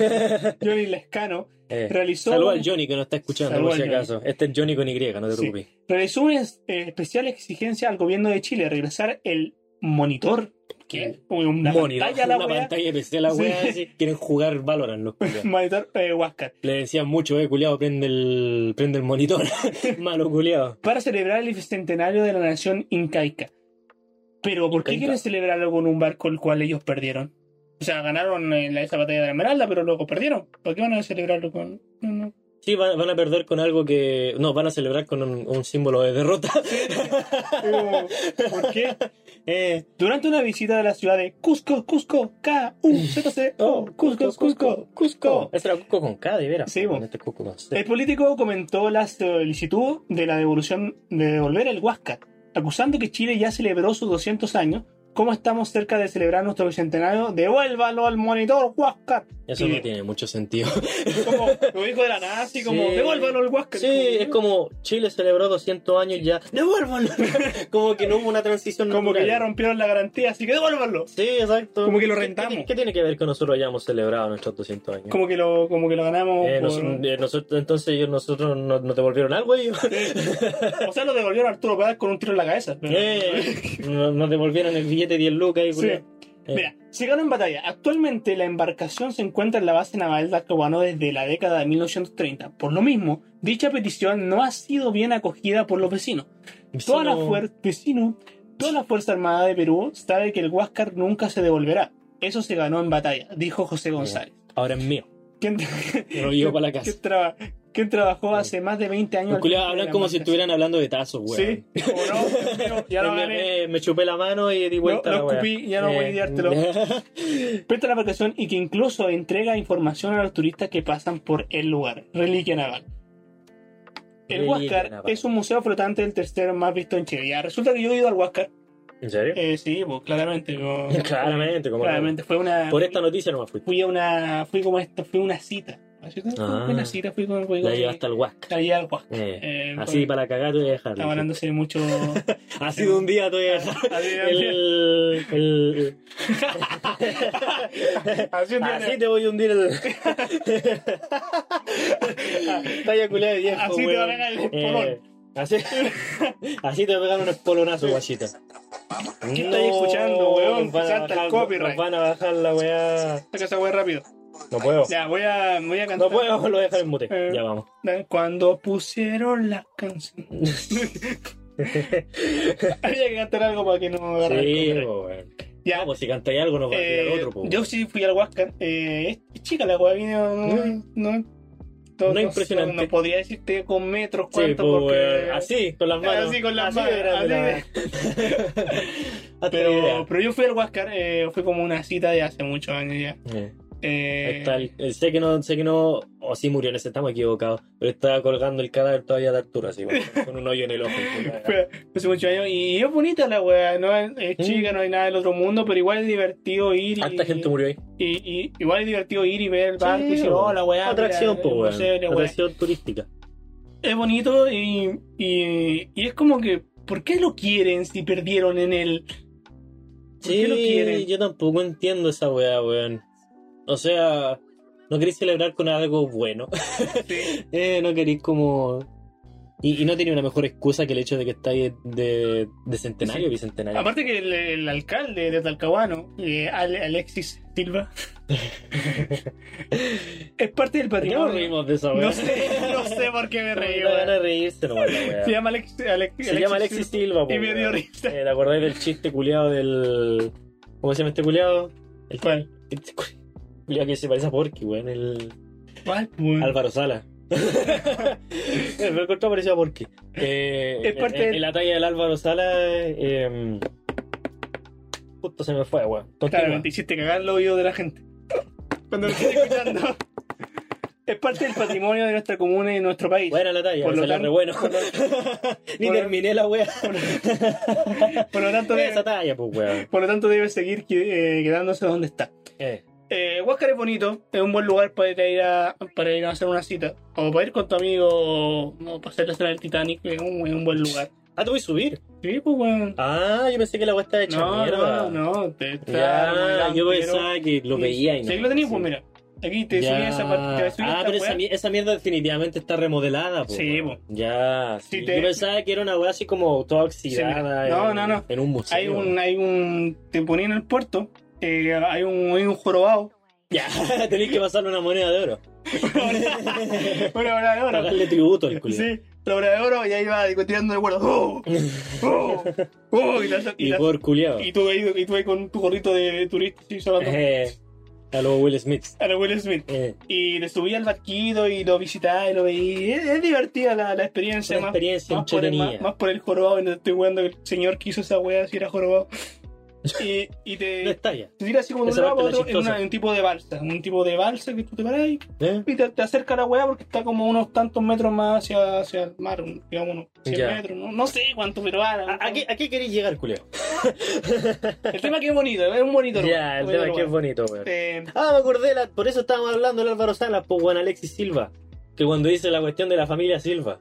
Johnny Lescano Eh, realizó, Saluda al Johnny que no está escuchando, Saluda por si al Johnny. acaso. Este es Johnny con Y, no te Sí. preocupes. realizó una es- eh, especial exigencia al gobierno de Chile, regresar el monitor, que una Monitor, pantalla a la una wea, pantalla especial, la Sí. weá. así, Quieren jugar Valorant los culiados. monitor eh, Huáscar, Le decían mucho, eh, culiado, prende el, prende el monitor. Malo culiado. para celebrar el bicentenario de la nación incaica. Pero ¿por qué Incaica. quieren celebrarlo con un barco el cual ellos perdieron? O sea, ganaron en la, esa batalla de la Esmeralda, pero luego perdieron. ¿Por qué van a celebrarlo con...? no, no. Sí, van, van a perder con algo que. No, van a celebrar con un, un símbolo de derrota. Pero, ¿Por qué? Eh, Durante una visita de la ciudad de Cusco, Cusco, K-U-Z-C-O, Cusco, Cusco, Cusco. Ese era Cusco con K, de veras. Sí, vos. Este es Cusco con C. El político comentó la solicitud de la devolución de devolver el Huáscar, acusando que Chile ya celebró sus 200 años. ¿Cómo estamos cerca de celebrar nuestro bicentenario? ¡Devuélvalo al monitor Huáscar! Eso Y no tiene mucho sentido. Como, lo dijo de la nada, así como, Sí. ¡devuélvalo al Huáscar! Sí, es como Chile celebró 200 años ya. ¡Devuélvanlo! como que no hubo una transición Como que natural. ya rompieron la garantía, así que devuélvalo. Sí, exacto. Como que lo ¿Qué- rentamos. ¿Qué, qué tiene que ver que nosotros hayamos celebrado nuestros 200 años? Como que lo, como que lo ganamos. Eh, nos- por- eh, nosotros, entonces ellos- nosotros no, no devolvieron algo ellos. O sea, lo devolvieron a Arturo Pérez con un tiro en la cabeza. pero- Eh, no, no devolvieron el billete de 10 lucas y Sí. culiao. Eh, Mira, llegaron en batalla. Actualmente la embarcación se encuentra en la base naval de Acobano desde la década de 1930. Por lo mismo, dicha petición no ha sido bien acogida por los vecinos. Toda la, vecino- fuer- vecino, toda la Fuerza Armada de Perú sabe que el Huáscar nunca se devolverá. Eso se ganó en batalla, dijo José González. Ahora es mío. Quien, Lo llevo para la quien casa. traba- quien trabajó hace más de 20 años. Los al culiados frente de hablan la como si embarcación. estuvieran hablando de tazos, weón. Eh, Sí, como no, pero ya lo gané. me, me chupé la mano y di No, vuelta lo a la Eh, escupí, ya no voy a lidiártelo. presta la embarcación y que incluso entrega información a los turistas que pasan por el lugar. Reliquia naval. El Reliquia Huáscar naval. es un museo flotante del tercero más visto en Chile. Ya, resulta que yo he ido al Huáscar. ¿En serio? Eh, sí, pues, claramente. no. Claramente, como Claramente, fue una. Por esta noticia no me fui. Fui a una. Fui como esto, fui a una cita. ¿Así que Ah. Fue una cita, fui con el La llevé hasta el huasca. al Huáscar. Eh, Eh, así fue- para cagar te voy a dejar. Estaba hablándose mucho. Ha sido un día te voy a dejar. Así El, el- un día- así te voy a hundir el. Talla culiada de viejo, Así te va a weón. pegar el Eh, espolón. así, así te va a pegar un espolonazo, guachita. ¿Qué estáis escuchando, weón? nos van a Salta el bajar- copyright. Nos van a bajar la weá. Saca esa wea rápido. No puedo. Ya, voy a, voy a cantar. No puedo, lo voy a dejar en mute. Eh. Ya vamos. Cuando pusieron la canción. Había que cantar algo para que no agarrara el Sí, copyright. weón. Ya, No, pues si cantáis algo nos va a tirar eh, otro, pues, po. yo sí fui al Huascar. Eh, es chica la weá, vino. No, no, No, Mm. No impresionante. No podría decirte con metros Sí, cuánto, pues, porque. weón, así, con las manos. Así con las manos, era, así era. de- Hasta Pero, idea. pero yo fui al Huáscar, eh, fue como una cita de hace muchos años ya. Eh, Eh, está el- el- sé que no, sé que no, o sí murió, en ese estamos equivocados, pero estaba colgando el cadáver todavía de Arturo, así, weón, con un hoyo en el ojo. fue hace muchos años y es bonita la wea, no es, es Mm. chica, no hay nada del otro mundo, pero igual es divertido ir y, Harta gente murió ahí. y- y- igual es divertido ir y ver el barco y Sí, decir, oh, la wea, Atracción, mira, pues, es weón. posible, wea". Atracción turística. Es bonito y, y, y es como que, ¿por qué lo quieren si perdieron en él? ¿Por qué lo quieren? yo tampoco entiendo esa weá, weón. O sea, no queréis celebrar con algo bueno. Eh, no queréis como... Y, y no tenía una mejor excusa que el hecho de que estáis de, de, de centenario, Sí. bicentenario. Aparte que el, el alcalde de Talcahuano, eh, Ale- Alexis Silva, es parte del ¿Por qué nos patrimonio. reímos de esa weá? No sé, no sé por qué me reí. No, van a weón. reírse nomás, la weá. Se llama Alex, Alex- Se llama Alexis Silva, po, Y me dio weón. risa. Eh, ¿Te acordáis del chiste culiado del. ¿Cómo se llama este culiado? El ¿Cuál? chiste cu- culiado que se parece a Porky, weón. El ¿Cuál? weón? Álvaro Sala. Me encontró parecido a Porky. Eh, Es parte en- en, del- la talla del Álvaro Sala. eh, justo se me fue, weón. Continúa. Claro, te hiciste cagar los oídos de la gente. Cuando lo estoy escuchando. es parte del patrimonio de nuestra comuna y de nuestro país. Buena la talla, Por lo salió tan- re bueno. Ni por lo- terminé la wea. Por lo tanto, Esa debe, talla, pues, weón. por lo tanto debe seguir que- eh, quedándose donde está. Eh, Eh, Huáscar es bonito, es un buen lugar para ir a, ir a- para ir a hacer una cita. O para ir con tu amigo, o, o para hacer la escena del Titanic, es un, es un buen lugar. Ah, te voy a subir. Sí, pues, weón. Ah, yo pensé que la wea estaba hecha No, mierda. no, no, te está Ya, yo pero- pensaba que lo Sí, veía y no. sí, lo tenías, pues Sí. mira. Aquí te Ya. subí esa parte. Te subí Ah, esta pero esa, weá. mi- esa mierda definitivamente está remodelada, po, Sí, weón. po. Ya. Sí, sí. te- Yo pensaba que era una weá así como toda Sí, oxidada. mira. No, en, no, no. En un museo. hay un, hay un. Te ponía en el puerto, eh, hay un, hay un jorobado. Ya, tenéis que pasarle una moneda de oro. Una hora de oro. Pagarle tributo al culiao. Sí, la hora de oro y ahí va digo, tirando el huerto. ¡Oh! ¡Oh! ¡Oh! Y, la- y Y la- por culiao. y tú ahí, y tú ahí con tu gorrito de turista, sí, solando Eh, a lo Will Smith. a la Will Smith. Eh, Y le subí al barquito y lo visitaba y lo veía. Es, es divertida la, la experiencia. una más- experiencia más por, el, entretenida. más- más por el jorobado, y no estoy jugando que el señor que hizo esa wea si era jorobado. Y, y No te, está ya. te tira así como de un Esa lado parte para es la otro en chistosa. una- en un tipo de balsa. Un tipo de balsa que tú te parás y, ¿Eh? y te, te acerca la wea porque está como unos tantos metros más hacia, hacia el mar, un- digamos unos 100 Ya. metros. No, no sé cuánto, pero ah, ¿A, a qué, a qué queréis llegar, culiao? El tema que es bonito, es un bonito lugar, Ya, el un tema es bonito que es lugar. bonito, weón. Eh, Ah, me acordé, la- por eso estábamos hablando del Álvaro Salas, pues Juan Alexis Silva. Que cuando dice la cuestión de la familia Silva.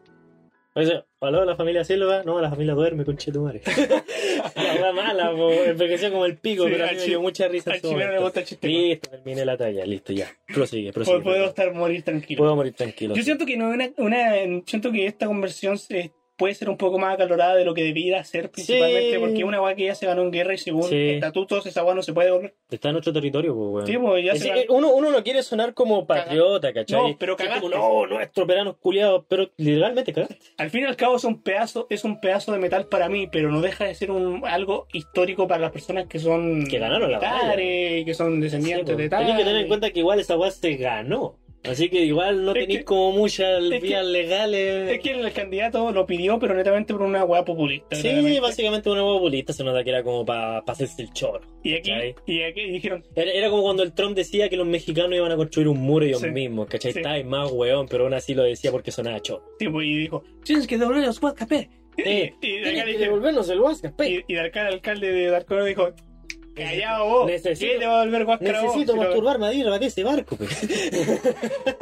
Dice, ¿aló la familia Silva? No, la familia duerme, conche tu madre. la weá mala, po, envejeció como el pico, Sí, pero a mí al me chi- dio mucha risa. en Al su chileno le momento. gusta el chiste. Listo, terminé la talla, listo, ya. Prosigue, prosigue. Puedo, puedo estar morir tranquilo. Puedo morir tranquilo. Yo sí. siento que no es una, una- siento que esta conversión se- puede ser un poco más acalorada de lo que debiera ser principalmente Sí. porque una weá que ya se ganó en guerra y según Sí. estatutos esa weá no se puede volver. Está en nuestro territorio, pues, weón. Sí, pues, ya Es se decir, ganó. uno, uno no quiere sonar como patriota, ¿cachai? No, pero Sí, como, cagaste. No, nuestros veranos culiados, pero literalmente cagaste. Al fin y al cabo es un pedazo, es un pedazo de metal para mí, pero no deja de ser un algo histórico para las personas que son Que ganaron la batalla. militares, que son descendientes de tal. Tenés que tener en cuenta que igual esa weá se ganó. Así que igual no Es tenéis que- como muchas que- vías legales. Es que el candidato lo pidió, pero netamente por una weá populista. sí, claramente. básicamente una hueá populista se nota que era como para hacerse el choro. y aquí, ¿cachai? y aquí dijeron, Era, era como cuando el Trump decía que los mexicanos iban a construir un muro ellos Sí. mismos, ¿cachai? Sí. Está más weón, pero aún así lo decía porque sonaba choro. tipo, y dijo, tienes que doblar los guacapé. Eh, y de Tienen acá que dijeron, devolvernos el Huasca, pe. Y, y de acá el alcalde de Darkoro dijo: Callado vos, Necesito- ¿qué te va a devolver Huáscara vos? Necesito Si lo- masturbarme a Dilma de ese barco, pues. pe.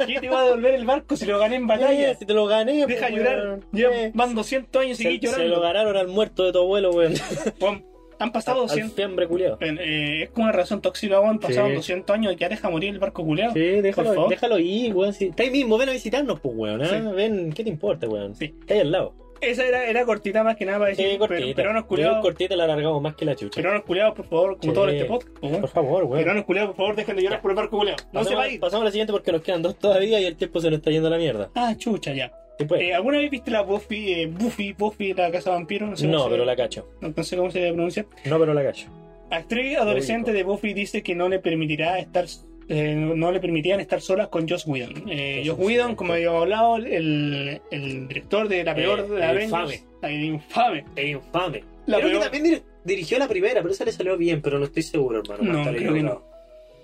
¿Qué te va a devolver el barco si lo gané en batalla? Eh, Si te lo gané, Deja pues, llorar. weón. Llevan Eh, van 200 años y seguí se, se lo llorando. ganaron al muerto de tu abuelo, weón. Juan, han pasado Al 200. fiambre culiado. en- eh, es como una razón tóxica, Juan. Pasaron Sí. 200 años y ya deja morir el barco culeado. Sí, Por déjalo, favor. déjalo ir, weón. Si- Está ahí mismo, ven a visitarnos, pues, weón. ¿ah? Sí. Ven, ¿qué te importa, weón? Sí. Está ahí al lado. Esa era, era cortita más que nada para Sí, decir: pero- cortita. Peruanos Yo culeados, cortita la alargamos más que la chucha. peruanos culeados, por favor, como Sí. todo este podcast. po, Juan. Por favor, weón. Peruanos culeados, por favor, dejen de llorar por el barco culeado. No pasamos, se va a ir. pasamos a la siguiente porque nos quedan dos todavía y el tiempo se nos está yendo a la mierda. Ah, chucha, ya. Sí, pues. Eh, ¿Alguna vez viste la Buffy, eh, Buffy, Buffy, la casa vampiro? No, sé cómo no, se- pero la cacho. no sé cómo se pronuncia. No, pero la cacho. Actriz adolescente de Buffy dice que no le permitirá estar eh, no le permitían estar solas con Joss Whedon. Eh, Eso Joss sí, Whedon, sí. como habíamos hablado, el, el director de la peor Eh, de la el Avengers, el infame. El infame. La creo que peor- también dir- dirigió la primera, pero esa le salió bien, pero no estoy seguro, hermano. No, Está creo que no. equivocado.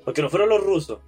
Porque no fueron los rusos.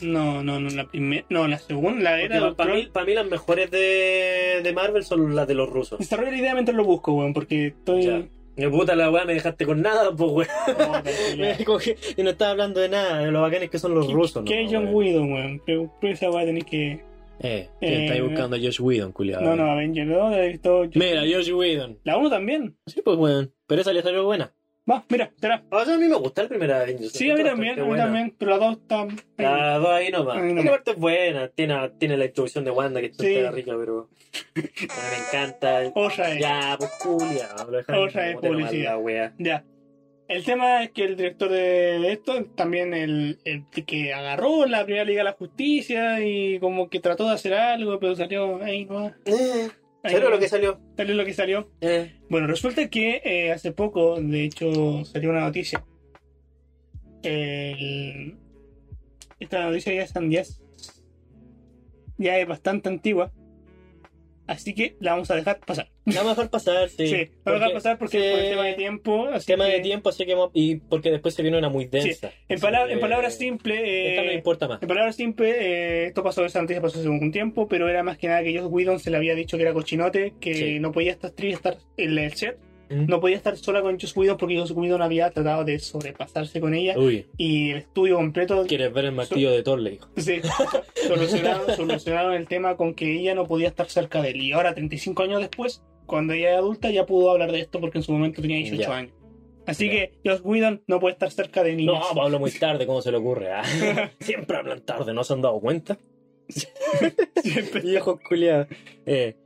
No, no, no, la primera, no, la segunda, la era para, mí, pa' mí las mejores de, de Marvel son las de los rusos. Desarrolla la idea mientras lo busco, weón, porque estoy. Ya. Me puta la weá, me dejaste con nada, pues weón. No, tranquila. Me cogí- y no estaba hablando de nada, de lo bacanes que son los ¿Qué- rusos, ¿Qué es ¿no? John weón? Whedon, weón? Creo que esa weá tenés que. Eh, Eh, que estáis buscando a Josh Whedon, culiado. No, no, Avenger 2, la he visto. yo- Mira, Josh Whedon. La 1 también. Sí, pues weón. Pero esa le salió buena. Va, mira, será. Ah, O sea, a mí me gusta la primera Avengers. Sí, a mí también, a mí también, pero la 2 está. Las dos ahí nomás. Ahí nomás. Una parte es buena, tiene, tiene la introducción de Wanda que está Sí. rica, pero pero me encanta. Otra es. Ya, pues culia, lo dejaron Otra vez como de publicidad. mala wea. Ya. El tema es que el director de esto, también el, el que agarró la primera Liga de la Justicia y como que trató de hacer algo, pero salió ahí nomás. Eh, ahí ¿Salió lo que nomás, salió? salió lo que salió. Eh, Bueno, resulta que eh, hace poco, de hecho, salió una noticia. El- Esta noticia ya es tan- ya es- ya es bastante antigua. Así que la vamos a dejar pasar. Eh, la vamos a dejar pasar, sí. Sí, la vamos a dejar pasar porque sí, es por el tema de tiempo. así Tema de que- tiempo, así que vamos- y porque después se viene una muy densa. En, palab- Así en que, palabras simples, eh, Esta no importa más. en palabras simples, eh, esto pasó, esa noticia pasó hace un tiempo, pero era más que nada que Joss Whedon se le había dicho que era cochinote, que Sí. no podía estar tri- estar en el set, Mm. no podía estar sola con Joss Whedon porque Joss Whedon había tratado de sobrepasarse con ella Uy, y el estudio completo quieres ver el martillo de Thor, le dijo. se- solucionaron, solucionaron el tema con que ella no podía estar cerca de él. Y ahora, 35 años después, cuando ella es adulta, ya pudo hablar de esto porque en su momento tenía 18 Ya. años. Así Ya. que Joss Whedon no puede estar cerca de niñas. No, Pablo, muy tarde, ¿cómo se le ocurre? ah? Siempre hablan tarde, ¿no se han dado cuenta? Siempre. Viejo culiado. Eh,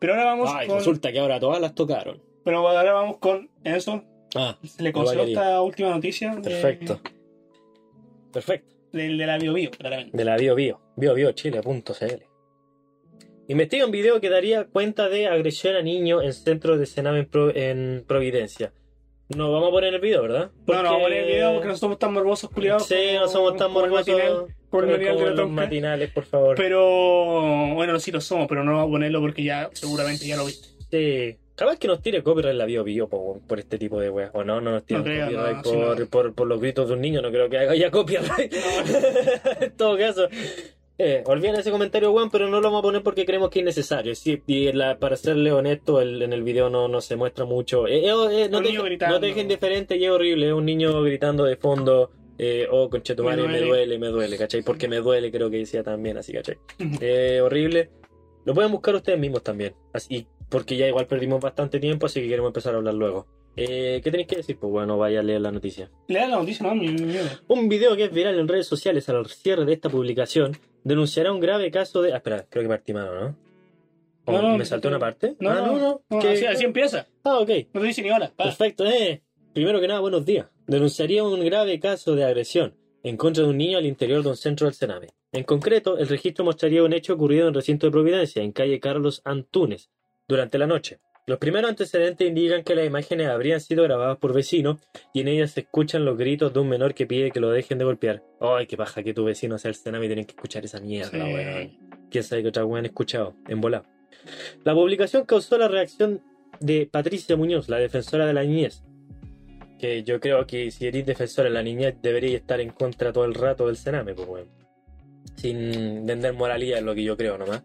Pero ahora vamos ay, con. resulta que ahora todas las tocaron. Pero ahora vamos con eso. Ah, Se le consideró Valeria. esta última noticia. de- perfecto. Perfecto. Del de la BioBio, claramente. De la BioBio. BioBiochile.cl. Investiga un video que daría cuenta de agresión a niño en centro de Sename en, Pro- en Providencia. No vamos a poner el video, ¿verdad? No, no, poner el video porque no somos tan morbosos, culiados. Sí, no somos tan como el matinal- morbosos como el matinal como de la los Tonka. matinales, por favor. Pero. Bueno, sí lo somos, pero no vamos a ponerlo porque ya seguramente ya lo viste. Sí. Capaz que nos tire copyright la bio bio po, weón, por este tipo de weas. O no, no nos tiran No creo, copyright no, sí, por, no. por, por los gritos de un niño. No creo que haga ya copyright. en todo caso. Eh, olviden ese comentario, weón, pero no lo vamos a poner porque creemos que es innecesario. Sí, y la- para serle honesto, el- en el video no, no se muestra mucho. Eh, eh, oh, eh, no, Un te, niño dejen- gritando. no te dejen diferente y es horrible. eh, Un niño gritando de fondo, eh, oh, conchetumare, Me me duele. duele, me duele, ¿cachai? Porque me duele, creo que decía también, así, ¿cachai? Eh, horrible. Lo pueden buscar ustedes mismos también. Así, porque ya igual perdimos bastante tiempo, así que queremos empezar a hablar luego. Eh, ¿Qué tenéis que decir? Pues bueno, vaya a leer la noticia. Le dan la noticia, no, mi mi miedo. Un video que es viral en redes sociales al cierre de esta publicación denunciará un grave caso de. Ah, espera, creo que partí mal, ¿o ¿no? ¿O No, no, ¿Me saltó una parte? no, Ah, no, No, que- así, así empieza. Ah, ok. No te dice ni hola. pa. Perfecto, eh. Primero que nada, buenos días. Denunciaría un grave caso de agresión en contra de un niño al interior de un centro del Sename. En concreto, el registro mostraría un hecho ocurrido en el recinto de Providencia, en calle Carlos Antunes, durante la noche. Los primeros antecedentes indican que las imágenes habrían sido grabadas por vecinos y en ellas se escuchan los gritos de un menor que pide que lo dejen de golpear. Ay, qué paja que tu vecino sea el Sename y tienen que escuchar esa mierda, Sí. weón. Quién sabe qué otra weón han escuchado, en volá. La publicación causó la reacción de Patricia Muñoz, la defensora de la niñez. Que yo creo que si eres defensora de la niñez deberías estar en contra todo el rato del Sename, pues weón. Sin vender moralidad, es lo que yo creo nomás.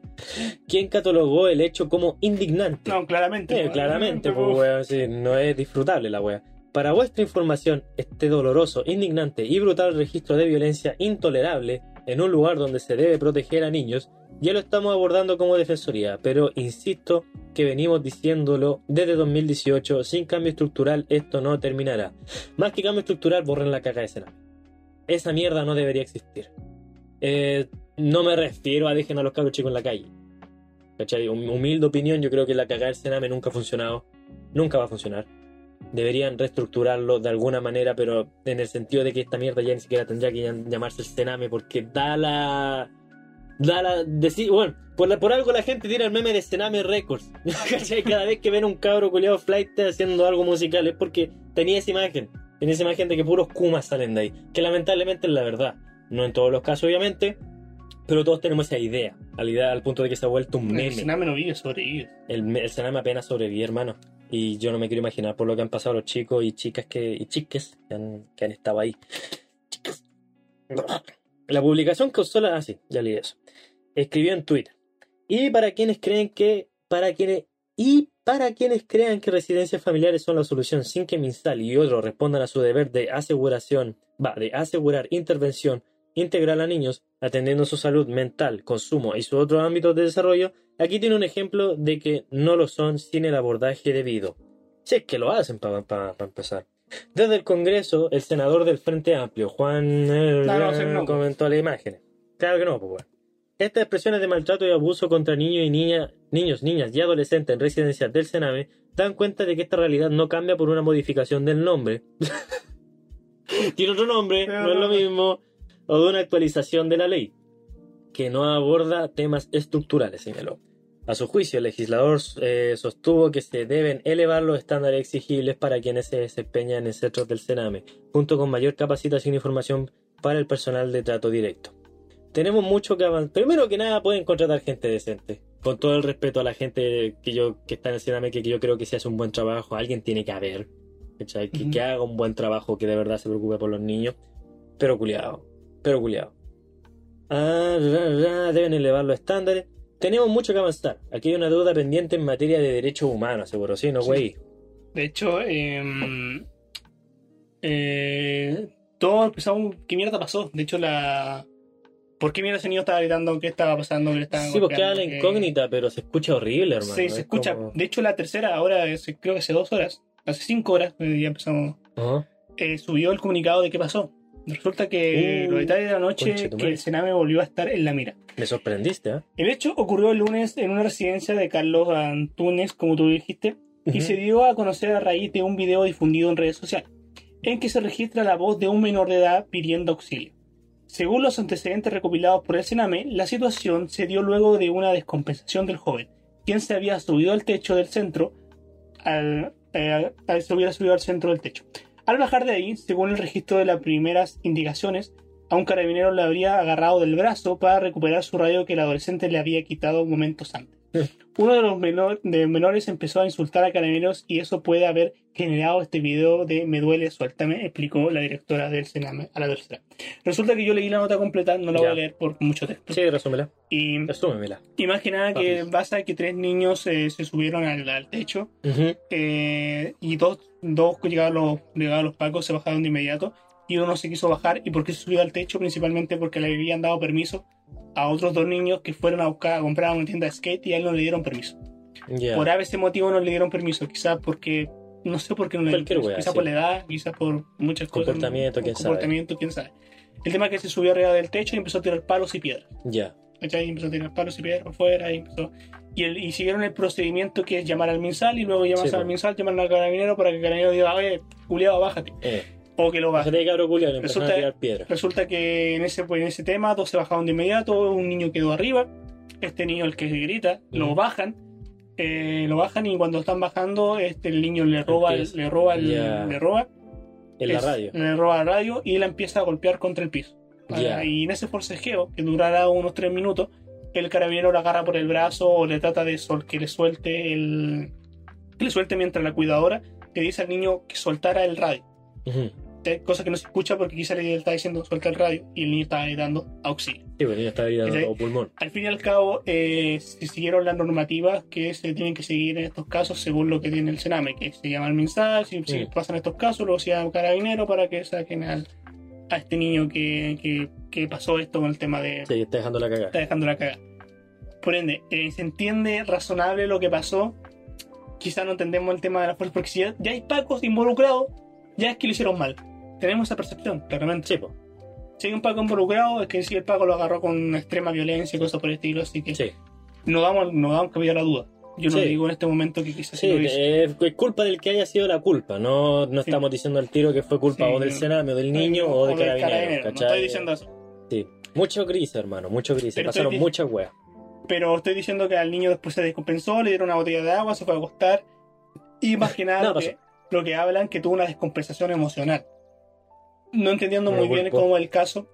Quien catalogó el hecho como indignante. No, claramente. Eh, po. claramente, pues, po. weón, sí, no es disfrutable la wea. Para vuestra información, este doloroso, indignante y brutal registro de violencia intolerable en un lugar donde se debe proteger a niños, ya lo estamos abordando como defensoría, pero insisto que venimos diciéndolo desde 2018, sin cambio estructural esto no terminará. Más que cambio estructural, borren la caca de escena. Esa mierda no debería existir. Eh, no me refiero a dejen a los cabros chicos en la calle. ¿Cachai? Hum- Humilde opinión, yo creo que la cagada del Sename nunca ha funcionado, nunca va a funcionar. Deberían reestructurarlo de alguna manera, pero en el sentido de que esta mierda ya ni siquiera tendría que llam- llamarse el Sename, porque da la. Da la. deci- bueno, por, la- por algo la gente tira el meme de Sename Records. ¿Cachai? Cada vez que ven un cabro culiado flight haciendo algo musical, es porque tenía esa imagen. Tenía esa imagen de que puros Kumas salen de ahí, que lamentablemente es la verdad. No en todos los casos, obviamente. Pero todos tenemos esa idea. Al, idea- al punto de que se ha vuelto un El meme. Sename no vive, sobrevive. El, me- el Sename apenas sobrevive, hermano. Y yo no me quiero imaginar por lo que han pasado los chicos y chicas que, y chiques que han, que han estado ahí. Chicas. La publicación causó la... Ah, sí, ya leí eso. Escribió en Twitter. Y para quienes creen que... Para quienes... Y para quienes crean que residencias familiares son la solución sin que Minsal y otros respondan a su deber de aseguración, va, de asegurar intervención integral a niños, atendiendo su salud mental, consumo y sus otros ámbitos de desarrollo, Aquí tiene un ejemplo de que no lo son sin el abordaje debido. Si es que lo hacen para empezar. Desde el Congreso, el senador del Frente Amplio, Juan eh, Claro, sí, no. comentó las imágenes. Claro que no, pues bueno. Estas expresiones de maltrato y abuso contra niños y niñas, niños, niñas y adolescentes en residencias del Sename dan cuenta de que esta realidad no cambia por una modificación del nombre. tiene otro nombre, no es lo mismo, o de una actualización de la ley, que no aborda temas estructurales, señaló. A su juicio, el legislador eh, sostuvo que se deben elevar los estándares exigibles para quienes se desempeñan en centros del Sename, junto con mayor capacitación y formación para el personal de trato directo. Tenemos mucho que avanzar. Primero que nada, pueden contratar gente decente. Con todo el respeto a la gente que yo que está en el Sename, que que yo creo que si hace un buen trabajo, alguien tiene que haber. ¿cachai? Que, Ujú. que haga un buen trabajo, que de verdad se preocupe por los niños. Pero culiado, pero culiado. Ah, ra, ra, deben elevar los estándares. Tenemos mucho que avanzar. Aquí hay una deuda pendiente en materia de derechos humanos, seguro, ¿sí? No, Sí. güey. De hecho, eh, eh, todos empezamos. ¿Qué mierda pasó? De hecho, la. ¿Por qué mierda ese niño estaba gritando? ¿Qué estaba pasando? ¿Qué le estaban Sí, porque golpeando? la ¿Qué? incógnita, pero se escucha horrible, hermano. Sí, Es se escucha. como- De hecho, la tercera, ahora es- creo que hace dos horas, hace cinco horas, eh, ya empezamos, Ajá. eh, subió el comunicado de qué pasó. Resulta que Uh, los detalles de la noche concha tu que madre. el Sename volvió a estar en la mira. Me sorprendiste, ¿eh? El hecho ocurrió el lunes en una residencia de Carlos Antunes, como tú dijiste, y se dio a conocer a raíz de un video difundido en redes sociales, en que se registra la voz de un menor de edad pidiendo auxilio. Según los antecedentes recopilados por el Sename, la situación se dio luego de una descompensación del joven, quien se había subido al techo del centro, al, eh, al- se hubiera subido al centro del techo. Al bajar de ahí, según el registro de las primeras indicaciones, a un carabinero le habría agarrado del brazo para recuperar su radio que el adolescente le había quitado momentos antes. Uno de los menor- de menores empezó a insultar a carabineros y eso puede haber generado este video de Me duele, suéltame, explicó la directora del Sename a la tercera. Resulta que yo leí la nota completa, no la voy Ya. a leer por mucho texto. Sí, resúmela. Y, Resúmemela. y más que nada que Vamos. pasa que tres niños eh, se subieron al, al techo eh, y dos, dos que llegaban los, llegaban los pacos se bajaron de inmediato y uno se quiso bajar y porque se subió al techo principalmente porque le habían dado permiso a otros dos niños que fueron a buscar a comprar una tienda de skate y a él no le dieron permiso. Ya. Por ese motivo no le dieron permiso, quizás porque no sé por qué no le dieron Cualquier permiso, wea, quizás sí. por la edad, quizás por muchas cosas. Comportamiento, quién sabe. comportamiento, quién sabe. El tema es que se subió arriba del techo y empezó a tirar palos y piedras. Ya. ¿cachai? Y empezó a tirar palos y piedras afuera y empezó... Y, el- y siguieron el procedimiento que es llamar al MinSal y luego llamas Sí, al po. MinSal, llaman al carabinero para que el carabinero diga, oye, culiado, bájate. Eh. O que lo baje. Bájate de cabro culiao, le empezaron Resulta- a tirar piedra. Resulta que en ese, pues, en ese tema dos se bajaron de inmediato, un niño quedó arriba, este niño el que grita, lo Ujú. bajan, eh, lo bajan y cuando están bajando, este, el niño le roba, el- Empieza. le roba, el- Ya. le roba, En la es- radio. Le roba la radio y la empieza a golpear contra el piso. Ah, Ya. Y en ese forcejeo, que durará unos tres minutos, el carabinero la agarra por el brazo o le trata de sol que le suelte el. que le suelte mientras la cuidadora le dice al niño que soltara el radio. Ujú. ¿sí? Cosa que no se escucha porque quizá le está diciendo suelta el radio y el niño está gritando auxilio. Sí, bueno, ya está gritando Ese- todo pulmón. Al fin y al cabo, eh, se siguieron las normativas que se tienen que seguir en estos casos según lo que tiene el Sename, que se llama al MinSal, si, si Mm. pasan estos casos, luego se llama al carabinero para que saquen al, a este niño que, que, que pasó esto con el tema de... Sí, está dejando la Está cagada. dejando la cagada. Por ende, eh, se entiende razonable lo que pasó. Quizá no entendemos el tema de la fuerza, porque si ya, ya hay pacos involucrados, ya es que lo hicieron mal. Tenemos esa percepción, claramente. Sí, po. Si hay un Paco involucrado, es que si el Paco lo agarró con extrema violencia y cosas por el estilo, así que Sí. no damos, no damos cabida a la duda. Yo no Sí. digo en este momento que quizás Sí, sí lo hizo. eh, es culpa del que haya sido la culpa. No, no Sí. estamos diciendo al tiro que fue culpa Sí, o del no. Sename, o del niño, o de del carabinero. carabinero, No ¿cachai? estoy diciendo eso. Sí. Mucho gris, hermano, mucho gris. Se Pero pasaron estoy- muchas weas. Pero estoy diciendo que al niño después se descompensó, le dieron una botella de agua, se fue a acostar. Y más que nada, Nada lo, que, lo que hablan que tuvo una descompensación emocional. No entendiendo Bueno, muy bien culpo. cómo el caso.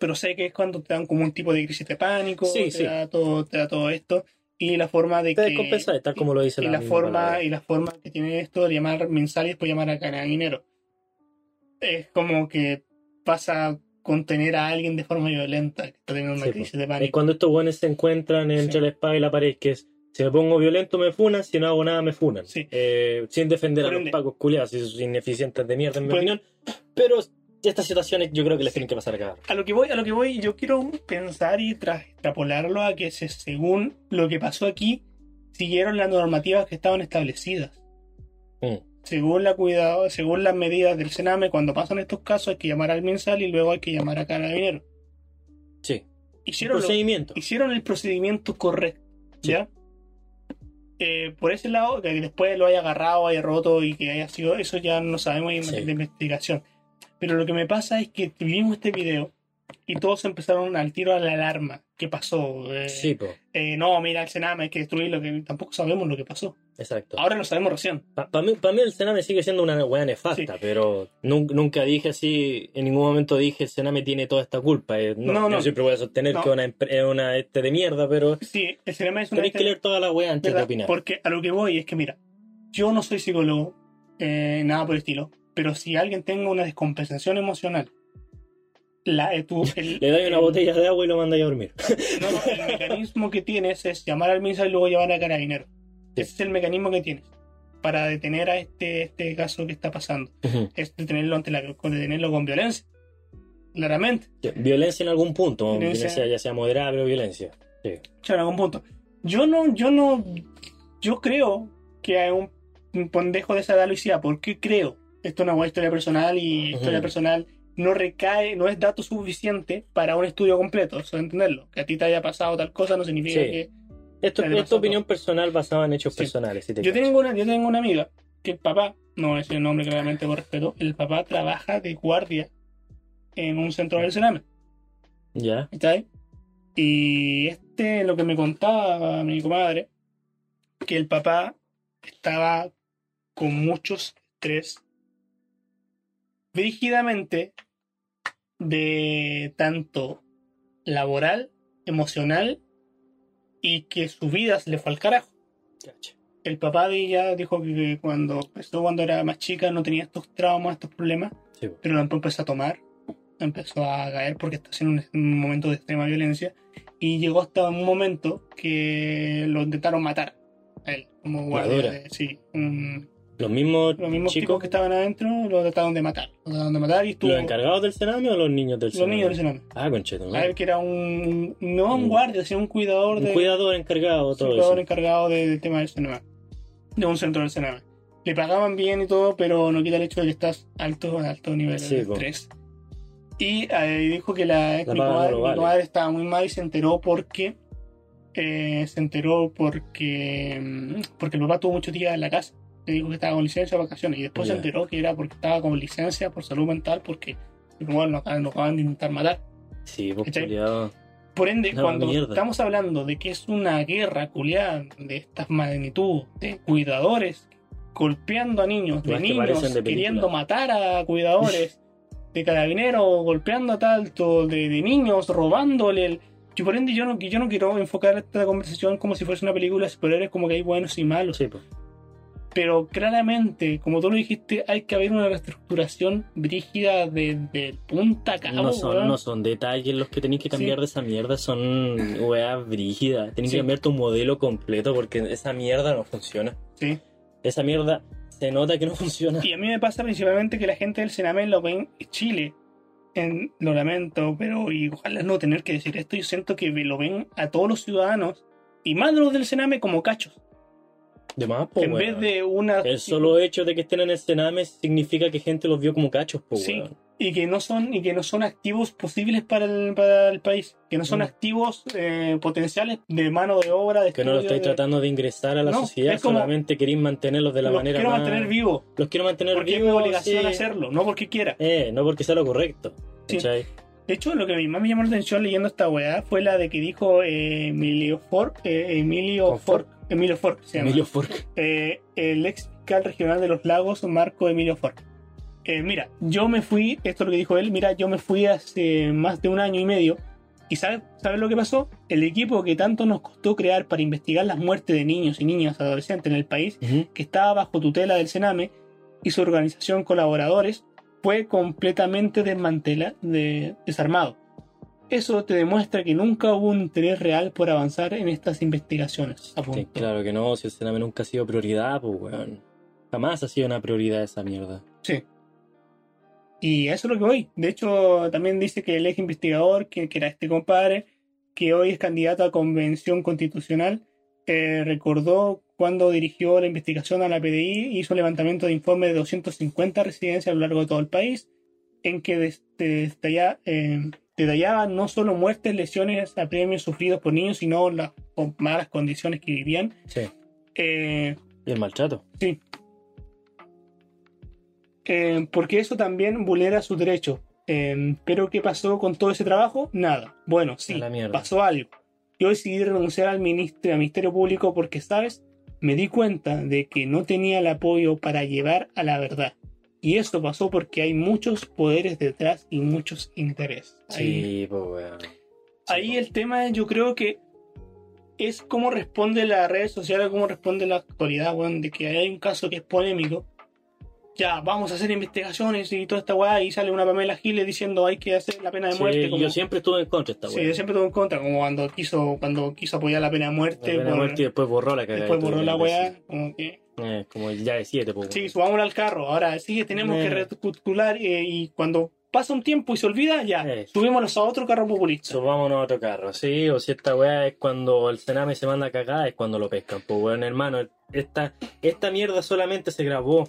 pero sé que es cuando te dan como un tipo de crisis de pánico, Sí, te, sí. Da todo, te da todo esto. Y la forma de Te que. descompensa, tal como lo dice y la, la misma forma palabra. y la forma que tiene esto de llamar mensal y después llamar a carabinero es como que pasa a contener a alguien de forma violenta que está teniendo una Sí, po. crisis de Es pánico cuando estos buenos se encuentran entre Sí. la espada y la pared, que es si me pongo violento me funan, si no hago nada me funan. Sí. Eh, sin defender Por a los ende. pacos culiados y sus ineficientes de mierda, en mi Por- opinión. Pero estas situaciones yo creo que les tienen que pasar a cagar. a lo que voy a lo que voy yo quiero pensar y tras extrapolarlo a que se- según lo que pasó aquí siguieron las normativas que estaban establecidas Mm. según la cuidado, según las medidas del Sename, cuando pasan estos casos hay que llamar al mensal y luego hay que llamar a carabinero. Sí. Hicieron lo- procedimiento. hicieron el procedimiento correcto. ¿Ya? Eh, por ese lado, que después lo haya agarrado, haya roto y que haya sido, eso ya no sabemos en Sí. materia de investigación. Pero lo que me pasa es que vimos este video y todos empezaron al tiro a la alarma. ¿Qué pasó? Eh, Sí, po. eh, no, mira, el Sename hay que destruirlo, que tampoco sabemos lo que pasó. Exacto. Ahora lo sabemos recién. Para mí, pa' mí el Sename sigue siendo una weá nefasta, pero nun- nunca dije así, en ningún momento dije el Sename tiene toda esta culpa. Eh, no, No, yo no. siempre voy a sostener No. que una empre- es una este de mierda, pero Sí, el Sename es una este tenéis que leer toda la weá antes de ¿Verdad? opinar. Porque a lo que voy es que, mira, yo no soy psicólogo, eh, nada por el estilo, pero si alguien tenga una descompensación emocional, la, eh, tú- el, Le dais una el- botella de agua y lo mandáis a dormir. no, no, el mecanismo que tienes es llamar al MINSA y luego llevar a carabinero. Sí. Ese es el mecanismo que tienes para detener a este, este caso que está pasando. Es detenerlo, ante la, con- detenerlo con violencia, claramente. Violencia en algún punto, Violencia. violencia ya sea moderable o violencia. Yo en algún punto. Yo no, yo no, yo creo que hay un, un pendejo de esa edad lo hiciera. ¿Por qué creo? Esto es una buena historia personal y Ujú. historia personal no recae, no es dato suficiente para un estudio completo. Eso de entenderlo. Que a ti te haya pasado tal cosa no significa Sí. que. Esto Dale, es tu pasando. opinión personal basada en hechos Sí. personales. si te Yo cachas. tengo una, yo tengo una amiga que el papá, no voy a decir el nombre claramente por respeto, el papá trabaja de guardia en un centro del Sename. Ya. ¿cachai? Y este, lo que me contaba mi comadre, que el papá estaba con muchos estrés, rígidamente, de tanto laboral, emocional, y que su vida se le fue al carajo. Cacha. El papá de ella dijo que cuando empezó, cuando era más chica, no tenía estos traumas, estos problemas, Sí, po. pero después empezó a tomar, empezó a caer porque está siendo un, un momento de extrema violencia y llegó hasta un momento que lo intentaron matar a él, como guardia. dura. de- sí, un- Los mismos, los mismos chicos chicos que estaban adentro lo trataron de matar, lo trataron de matar y estuvo ¿Los encargados del Sename o los niños del los Sename? niños del Sename. Ah, conchetum. A él que era un, no un Un- guardia, sino un cuidador Mm. Un de cuidador encargado, un todo cuidador eso. encargado de- del tema del Sename, de un centro del Sename. Le pagaban bien y todo, pero no quita el hecho de que estás alto, en alto nivel Sí, de po. estrés. Y eh, dijo que la, ex- La mi, paga no comadre, lo mi vale. comadre estaba muy mal y se enteró porque eh, se enteró porque mm, porque el papá tuvo muchos días en la casa. Le dijo que estaba con licencia de vacaciones y después Ya. se enteró que era porque estaba con licencia por salud mental porque igual lo acaban, lo acaban de intentar matar. Sí, pues ¿Cachai? culiado. Por ende, No, cuando mierda. estamos hablando de que es una guerra culiada de estas magnitud, de cuidadores golpeando a niños, de Las que parecen niños de película. queriendo matar a cuidadores, de carabineros golpeando a tanto, de, de niños robándole el... Yo, por ende, yo no, yo no quiero enfocar esta conversación como si fuese una película de superhéroes, como que hay buenos y malos. Sí, pues. Pero claramente, como tú lo dijiste, hay que haber una reestructuración brígida de, de punta a cabo. No son, weón. no son detalles los que tenéis que cambiar Sí. de esa mierda, son weas brígidas. Tenéis Sí. que cambiar tu modelo completo porque esa mierda no funciona. Sí. Esa mierda se nota que no funciona. Y a mí me pasa principalmente que la gente del Sename lo ven en Chile. En, lo lamento, pero y ojalá no tener que decir esto. Yo siento que lo ven a todos los ciudadanos y más de los del Sename como cachos. De más, po, en weón. vez de una. El solo pues. hecho de que estén en el Sename significa que gente los vio como cachos, po, Sí. weón. Y que no son, y que no son activos posibles para el, para el país. Que no son Mm. activos eh, potenciales de mano de obra. De Que no lo estudio, estáis de- tratando de ingresar a la No, sociedad, es como- solamente queréis mantenerlos de la los manera quiero más... mantener vivos. Los quiero mantener Porque es mi vivos, obligación sí. hacerlo, no porque quiera. Eh, no porque sea lo correcto. Sí. ¿cachai? De hecho, lo que más me llamó la atención leyendo esta weá fue la de que dijo eh, Emilio Ford, eh, Emilio Ford, Confort. Emilio Ford, se llama. Emilio Fork. Eh, el ex fiscal regional de los lagos, Marco Emilio Ford. eh, mira, yo me fui, esto es lo que dijo él, mira, yo me fui hace más de un año y medio. ¿Y sabes sabe lo que pasó? El equipo que tanto nos costó crear para investigar las muertes de niños y niñas adolescentes en el país, Ujú. que estaba bajo tutela del Sename y su organización colaboradores, fue completamente desmantela, de- desarmado. Eso te demuestra que nunca hubo un interés real por avanzar en estas investigaciones. apuntó. Sí, claro que no, si el Sename nunca ha sido prioridad, pues weón. Jamás ha sido una prioridad esa mierda. Y a eso es lo que voy. De hecho, también dice que el ex investigador, que, que era este compadre, que hoy es candidato a convención constitucional, eh, recordó cuando dirigió la investigación a la PDI, hizo un levantamiento de informes de 250 residencias a lo largo de todo el país, en que des- te detalla- eh, detallaba no solo muertes, lesiones a premios sufridos por niños, sino las con malas condiciones que vivían. Sí. Eh, Y el maltrato. Eh, porque eso también vulnera sus derechos. Eh, pero ¿qué pasó con todo ese trabajo? Nada. Bueno, A sí, la mierda. pasó algo. Yo decidí renunciar al, ministro, al Ministerio Público porque, ¿sabes? Me di cuenta de que no tenía el apoyo para llevar a la verdad. Y esto pasó porque hay muchos poderes detrás y muchos intereses. Ahí- Sí, pues weón. Sí, Ahí po. el tema yo creo que es cómo responde las redes sociales, cómo responde la actualidad, weón, de que hay un caso que es polémico. Ya, vamos a hacer investigaciones y toda esta weá, y sale una Pamela Giles diciendo hay que hacer la pena de Sí, muerte. yo siempre estuve en contra de esta sí, weón. yo siempre tuve en contra, como cuando quiso, cuando quiso apoyar la pena de La muerte, pena de por- muerte y después borró la cagada. después y todo borró lo la que weá, como que decía. Eh, como ya de siete, pues. sí, weón. subámosla al carro, ahora sí tenemos Eh. que recapitular eh, y cuando pasa un tiempo y se olvida, ya, Eh. subímoslos a otro carro populista. Subámonos a otro carro, sí, o si esta weá es cuando el Sename se manda a cagada, es cuando lo pescan. Pues weón, hermano, esta, esta mierda solamente se grabó.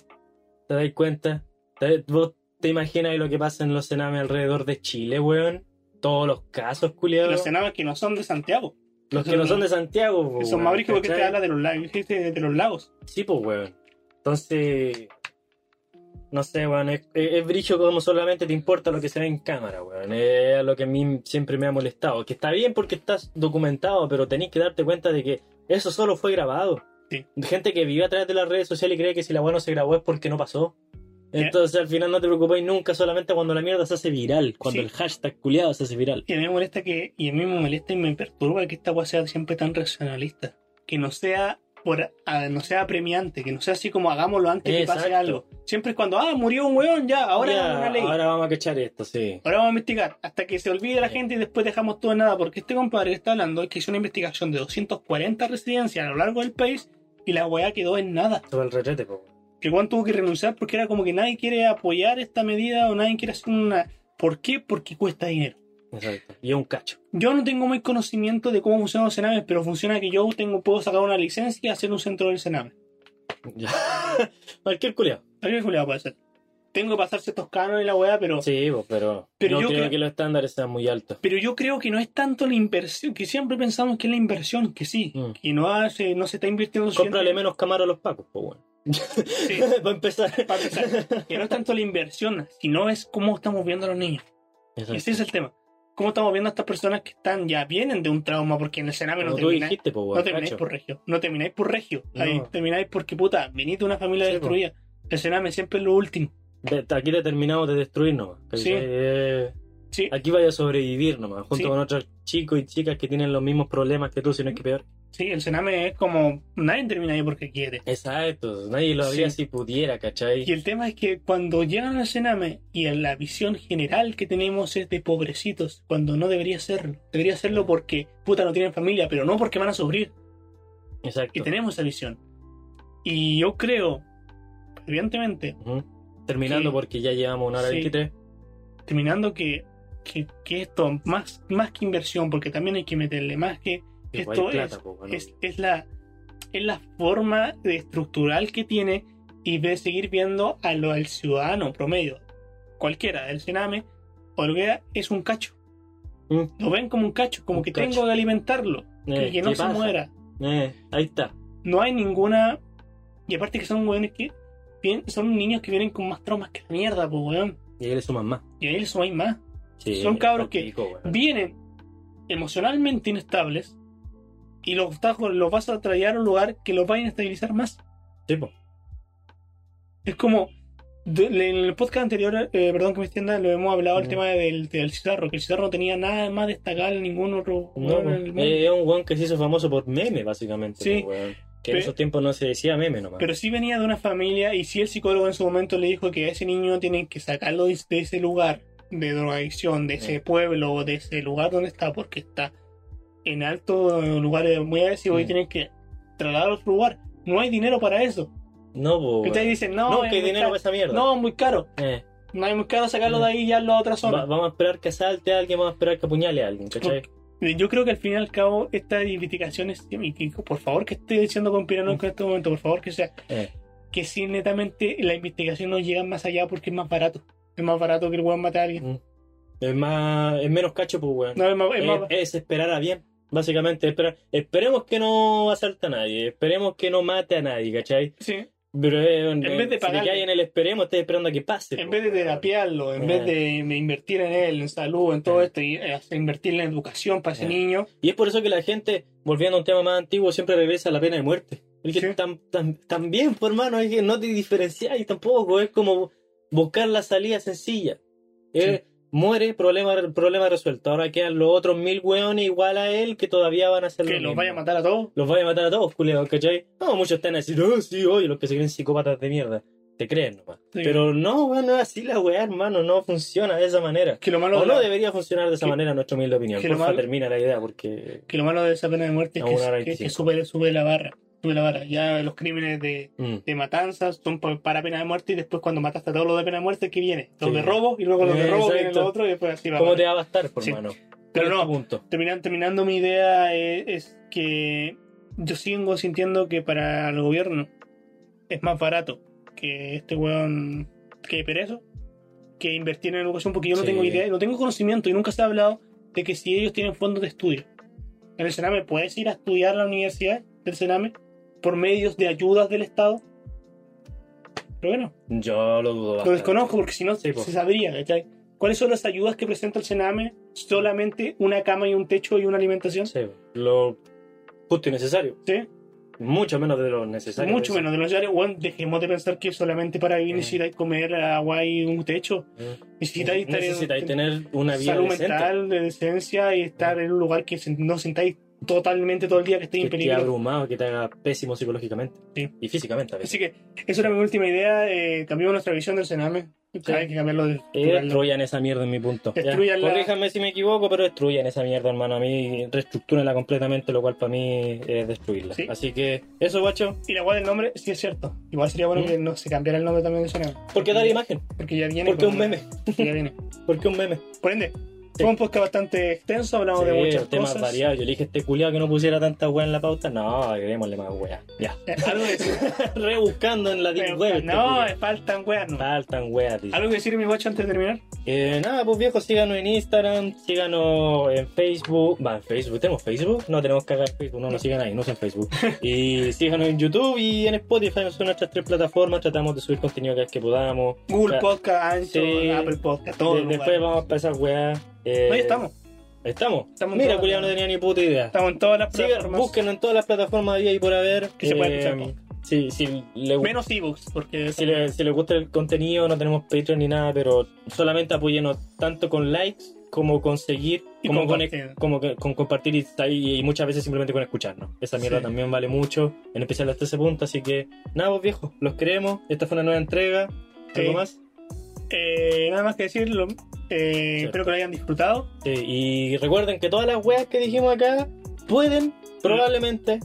¿Te dais cuenta? ¿Te- ¿Vos te imaginas lo que pasa en los Sename alrededor de Chile, weón? Todos los casos, culiados. Los Los, senadores que no son de Santiago. que no son de Santiago, pues, Son weón, Mauricio porque te ¿cachai? habla de los lagos, de, de los lagos. Sí, pues, weón. Entonces, no sé, weón, es, es, es brillo como solamente te importa lo que se ve en cámara, weón. Es lo que a mí siempre me ha molestado. Que está bien porque estás documentado, pero tenés que darte cuenta de que eso solo fue grabado. Sí. Gente que vive a través de las redes sociales y cree que si la weá no se grabó es porque no pasó. Ya. Entonces al final no te preocupéis nunca, solamente cuando la mierda se hace viral, cuando Sí. el hashtag culiado se hace viral. Y a mí me molesta que, y a mí me molesta y me perturba que esta weá sea siempre tan racionalista. Que no sea por ah, no sea premiante, que no sea así como hagámoslo antes que pase Exacto. algo. Siempre es cuando, ah, murió un weón, ya, ahora Ya, es una ley. Ahora... ahora vamos a cachar esto, sí. vamos a investigar, hasta que se olvide la Sí. gente y después dejamos todo en nada, porque este compadre que está hablando es que hizo una investigación de 240 residencias a lo largo del país y la weá quedó en nada. Sobre el retrete, pues. que Juan tuvo que renunciar porque era como que nadie quiere apoyar esta medida o nadie quiere hacer una... ¿Por qué? Porque cuesta dinero. Exacto. Y es un cacho. Yo no tengo muy conocimiento de cómo funcionan los cenames, pero funciona que yo tengo, puedo sacar una licencia y hacer un centro del cename. Ya. Cualquier culiado. Alguien que puede hacer. Tengo que pasar ciertos cánones y la weá, pero, Sí, pues, pero, Pero no yo creo creo- que los estándares sean muy altos. pero yo creo que no es tanto la inversión, que siempre pensamos que es la inversión, que sí, Mm. que no, hace, no se está invirtiendo suficiente. Cómprale menos cámara a los pacos, pues bueno. Sí, Va a empezar. para empezar, que no es tanto la inversión, sino es cómo estamos viendo a los niños. Exacto. Ese Este es el tema. ¿Cómo estamos viendo a estas personas que están ya vienen de un trauma? Porque en el Sename no Como tú termináis, dijiste, pues no bueno. termináis cacho. por regio. No termináis por regio. Ahí No. termináis porque puta, viniste de una familia Sí, pues. po. destruida. El Sename siempre es lo último. De- Aquí te terminamos de destruir nomás. Sí. ¿cachai? Eh, Sí, aquí vaya a sobrevivir nomás, junto Sí. con otros chicos y chicas que tienen los mismos problemas que tú, si no es que peor. sí, el Sename es como nadie termina ahí porque quiere. Exacto, nadie lo haría Sí. si pudiera, ¿cachai? Y el tema es que cuando llegan al Sename y en la visión general que tenemos es de pobrecitos, cuando no debería serlo. Debería serlo porque puta no tienen familia, pero no porque van a sufrir. Exacto. Y tenemos esa visión. Y yo creo, evidentemente, Ujú. Terminando Sí. porque ya llevamos una hora Sí. 23. terminando que, que, que esto, más, más que inversión, porque también hay que meterle más que Y Esto guay es- plata, pues, bueno. es, es la, es la forma de estructural que tiene y de seguir viendo a lo, al ciudadano promedio, cualquiera del Sename, o lo que sea, es un cacho. Mm. Lo ven como un cacho, como Un que cacho. tengo que alimentarlo, Eh, y que no ¿qué se pasa? muera. Eh, ahí está. No hay ninguna. Y aparte que son weones que. vien- son niños que vienen con más traumas que la mierda, pues weón. Y ahí le suman más. Y ahí eso hay más. Sí, Son cabros pa'l que pico, bueno. vienen emocionalmente inestables y los obstáculos los vas a traer a un lugar que los va a inestabilizar más. Sí, pues. Es como, de- En el podcast anterior, eh, perdón que me extienda, lo hemos hablado el Mm. tema del, del cigarro, que el cigarro no tenía nada más destacable en ningún otro No, weón en el mundo. eh, es un weón que se hizo famoso por meme, básicamente. Sí. po, weón. Que en Pe- esos tiempos no se decía meme nomás. Pero sí venía de una familia y sí el psicólogo en su momento le dijo que a ese niño tienen que sacarlo de, de ese lugar de drogadicción, de ese Sí. pueblo o de ese lugar donde está, porque está en altos lugares muy agresivos y Sí. tienen que trasladarlo a otro lugar. No hay dinero para eso. no, po, Y ustedes weón. dicen, no, no, es que muy dinero para caro. esa mierda. No, es muy caro. Eh, No es muy caro sacarlo Mm. de ahí y llevarlo a otra zona. va- vamos a esperar que asalte a alguien, vamos a esperar que apuñale a alguien, ¿cachai? Eh, Yo creo que al fin y al cabo estas investigaciones, y que, por favor que esté diciendo con piranoico en este momento, por favor que sea, Mm. Eh. que si netamente la investigación no llega más allá porque es más barato. Es más barato que el weón mate a alguien. Es, más, es menos cacho, pues, weón. No, es más, es es, más- es esperar a bien, básicamente. Esperar, esperemos que no asalte a nadie, esperemos que no mate a nadie, ¿cachai? sí. Pero eh, vez de si te pagarle- caes en el esperemos, estás esperando a que pase. En po, vez de weón. terapiarlo, en Eh. vez de, de invertir en él, en salud, en todo Eh. esto, y eh, hasta invertir en la educación para ese Eh. niño, Y es por eso que la gente, volviendo a un tema más antiguo, siempre regresa a la pena de muerte. Porque Sí. tan, tan, también, por hermano, es que no te diferenciáis tampoco. Es como buscar la salida sencilla. Eh, Muere, problema, problema resuelto. Ahora quedan los otros mil hueones igual a él que todavía van a ser que los vaya a matar a todos. Los vaya a matar a todos, culiados, ¿cachai? No, muchos están así, no, sí, oye, los que se creen psicópatas de mierda. Te creen nomás. Sí. Pero no, weón, no es así la weá, hermano. No funciona de esa manera. Que lo malo, O de no la- debería funcionar de esa que- manera, en nuestra humilde opinión. que lo Porfa, malo- termina la idea, porque que lo malo de esa pena de muerte es A una hora que, que, que veinticinco. sube, sube la barra. Sube la barra. Ya los crímenes de, Mm. de matanzas son pa- para pena de muerte y después cuando mataste a todos los de pena de muerte, ¿qué viene? Los Sí. de robo y luego los de robo Exacto. vienen los otros y después así va. ¿Cómo te va a bastar, por Sí. mano? Pero no. Punto. Terminan- terminando mi idea eh, es, que yo sigo sintiendo que para el gobierno es más barato que este weón que perezo que invertir en educación porque yo no Sí. tengo idea, no tengo conocimiento y nunca se ha hablado de que si ellos tienen fondos de estudio en el Sename puedes ir a estudiar a la universidad del Sename por medios de ayudas del Estado pero bueno Yo lo dudo lo bastante. desconozco porque si no Sí, po. se sabría, ¿cachai? ¿Cuáles son las ayudas que presenta el Sename? ¿Solamente una cama y un techo y una alimentación? Sí. Sí, lo justo y necesario. Mucho menos de lo necesario. Mucho menos de los diarios. Bueno, dejemos de pensar que solamente para vivir Mm. necesitáis comer agua y un techo. Mm. Necesitáis estar en- Necesitáis tener una vida salud decente. mental, de decencia y estar en un lugar que sen- no sentáis totalmente todo el día que estéis Que en te peligro. abrumado, que te haga pésimo psicológicamente. Sí. Y físicamente a veces. Así que esa era mi última idea. Eh, cambiamos nuestra visión del Sename. Hay que cambiarlo de... Eh, destruyan esa mierda en mi punto. Ya, Destruyanla. Corríjanme si me equivoco, pero destruyan esa mierda, hermano. A mí, reestructúrenla completamente, lo cual para mí es destruirla. Sí. Así que, eso, guacho. Y la guay del nombre, sí es cierto. Igual sería bueno Mm. que no se cambiara el nombre también del Sename. Porque dar imagen. Porque ya viene. Porque con- un meme. Porque ya viene. Porque un meme. Por ende, fue un podcast bastante extenso, hablamos Sí, de muchas temas cosas. variados. Yo le dije a este culiado que no pusiera tanta weá en la pauta. No, agreguémosle más weá. Ya. Eh, Algo que decir. Rebuscando en la deep web. este no, culiao. faltan weas, no. Faltan weas, tío. Algo que decir mi guacho antes de terminar. Eh, nada, pues viejo, síganos en Instagram, síganos en Facebook. Va, en Facebook. ¿Tenemos Facebook? No, tenemos que hacer Facebook. No, no sigan ahí, no sean Facebook. y síganos en YouTube y en Spotify. Son nuestras tres plataformas. Tratamos de subir contenido cada vez que podamos. Google Ya. Podcast, Anchor, Sí. Apple Podcast, todo. De- los después lugares. vamos a pasar weas. Eh, Ahí estamos. ¿Estamos? Estamos en Mira, todas culiado, no las- tenía ni puta idea. Estamos en todas las Sí, plataformas. búsquenlo en todas las plataformas de ahí por haber. Que se pueda escuchar podcast. Eh, Sí, sí, le, Menos ebooks, porque si, le, si les gusta el contenido, no tenemos Patreon ni nada, pero solamente apóyenos tanto con likes como conseguir, Y como, con, compartir. como que- con compartir y, y- y muchas veces simplemente con escucharnos. Esa mierda Sí. también vale mucho, en especial hasta ese punto. Así que nada, vos viejos, los queremos. Esta fue una nueva entrega. ¿Algo Sí. más? eh, nada más que decirlo. Eh, Cierto. espero que lo hayan disfrutado. Sí, y recuerden que todas las weas que dijimos acá pueden probablemente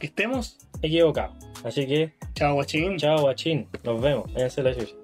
Que estemos. equivocar. Así que Chao, guachín. Chao, guachín. Nos vemos. Váyanse a la chucha.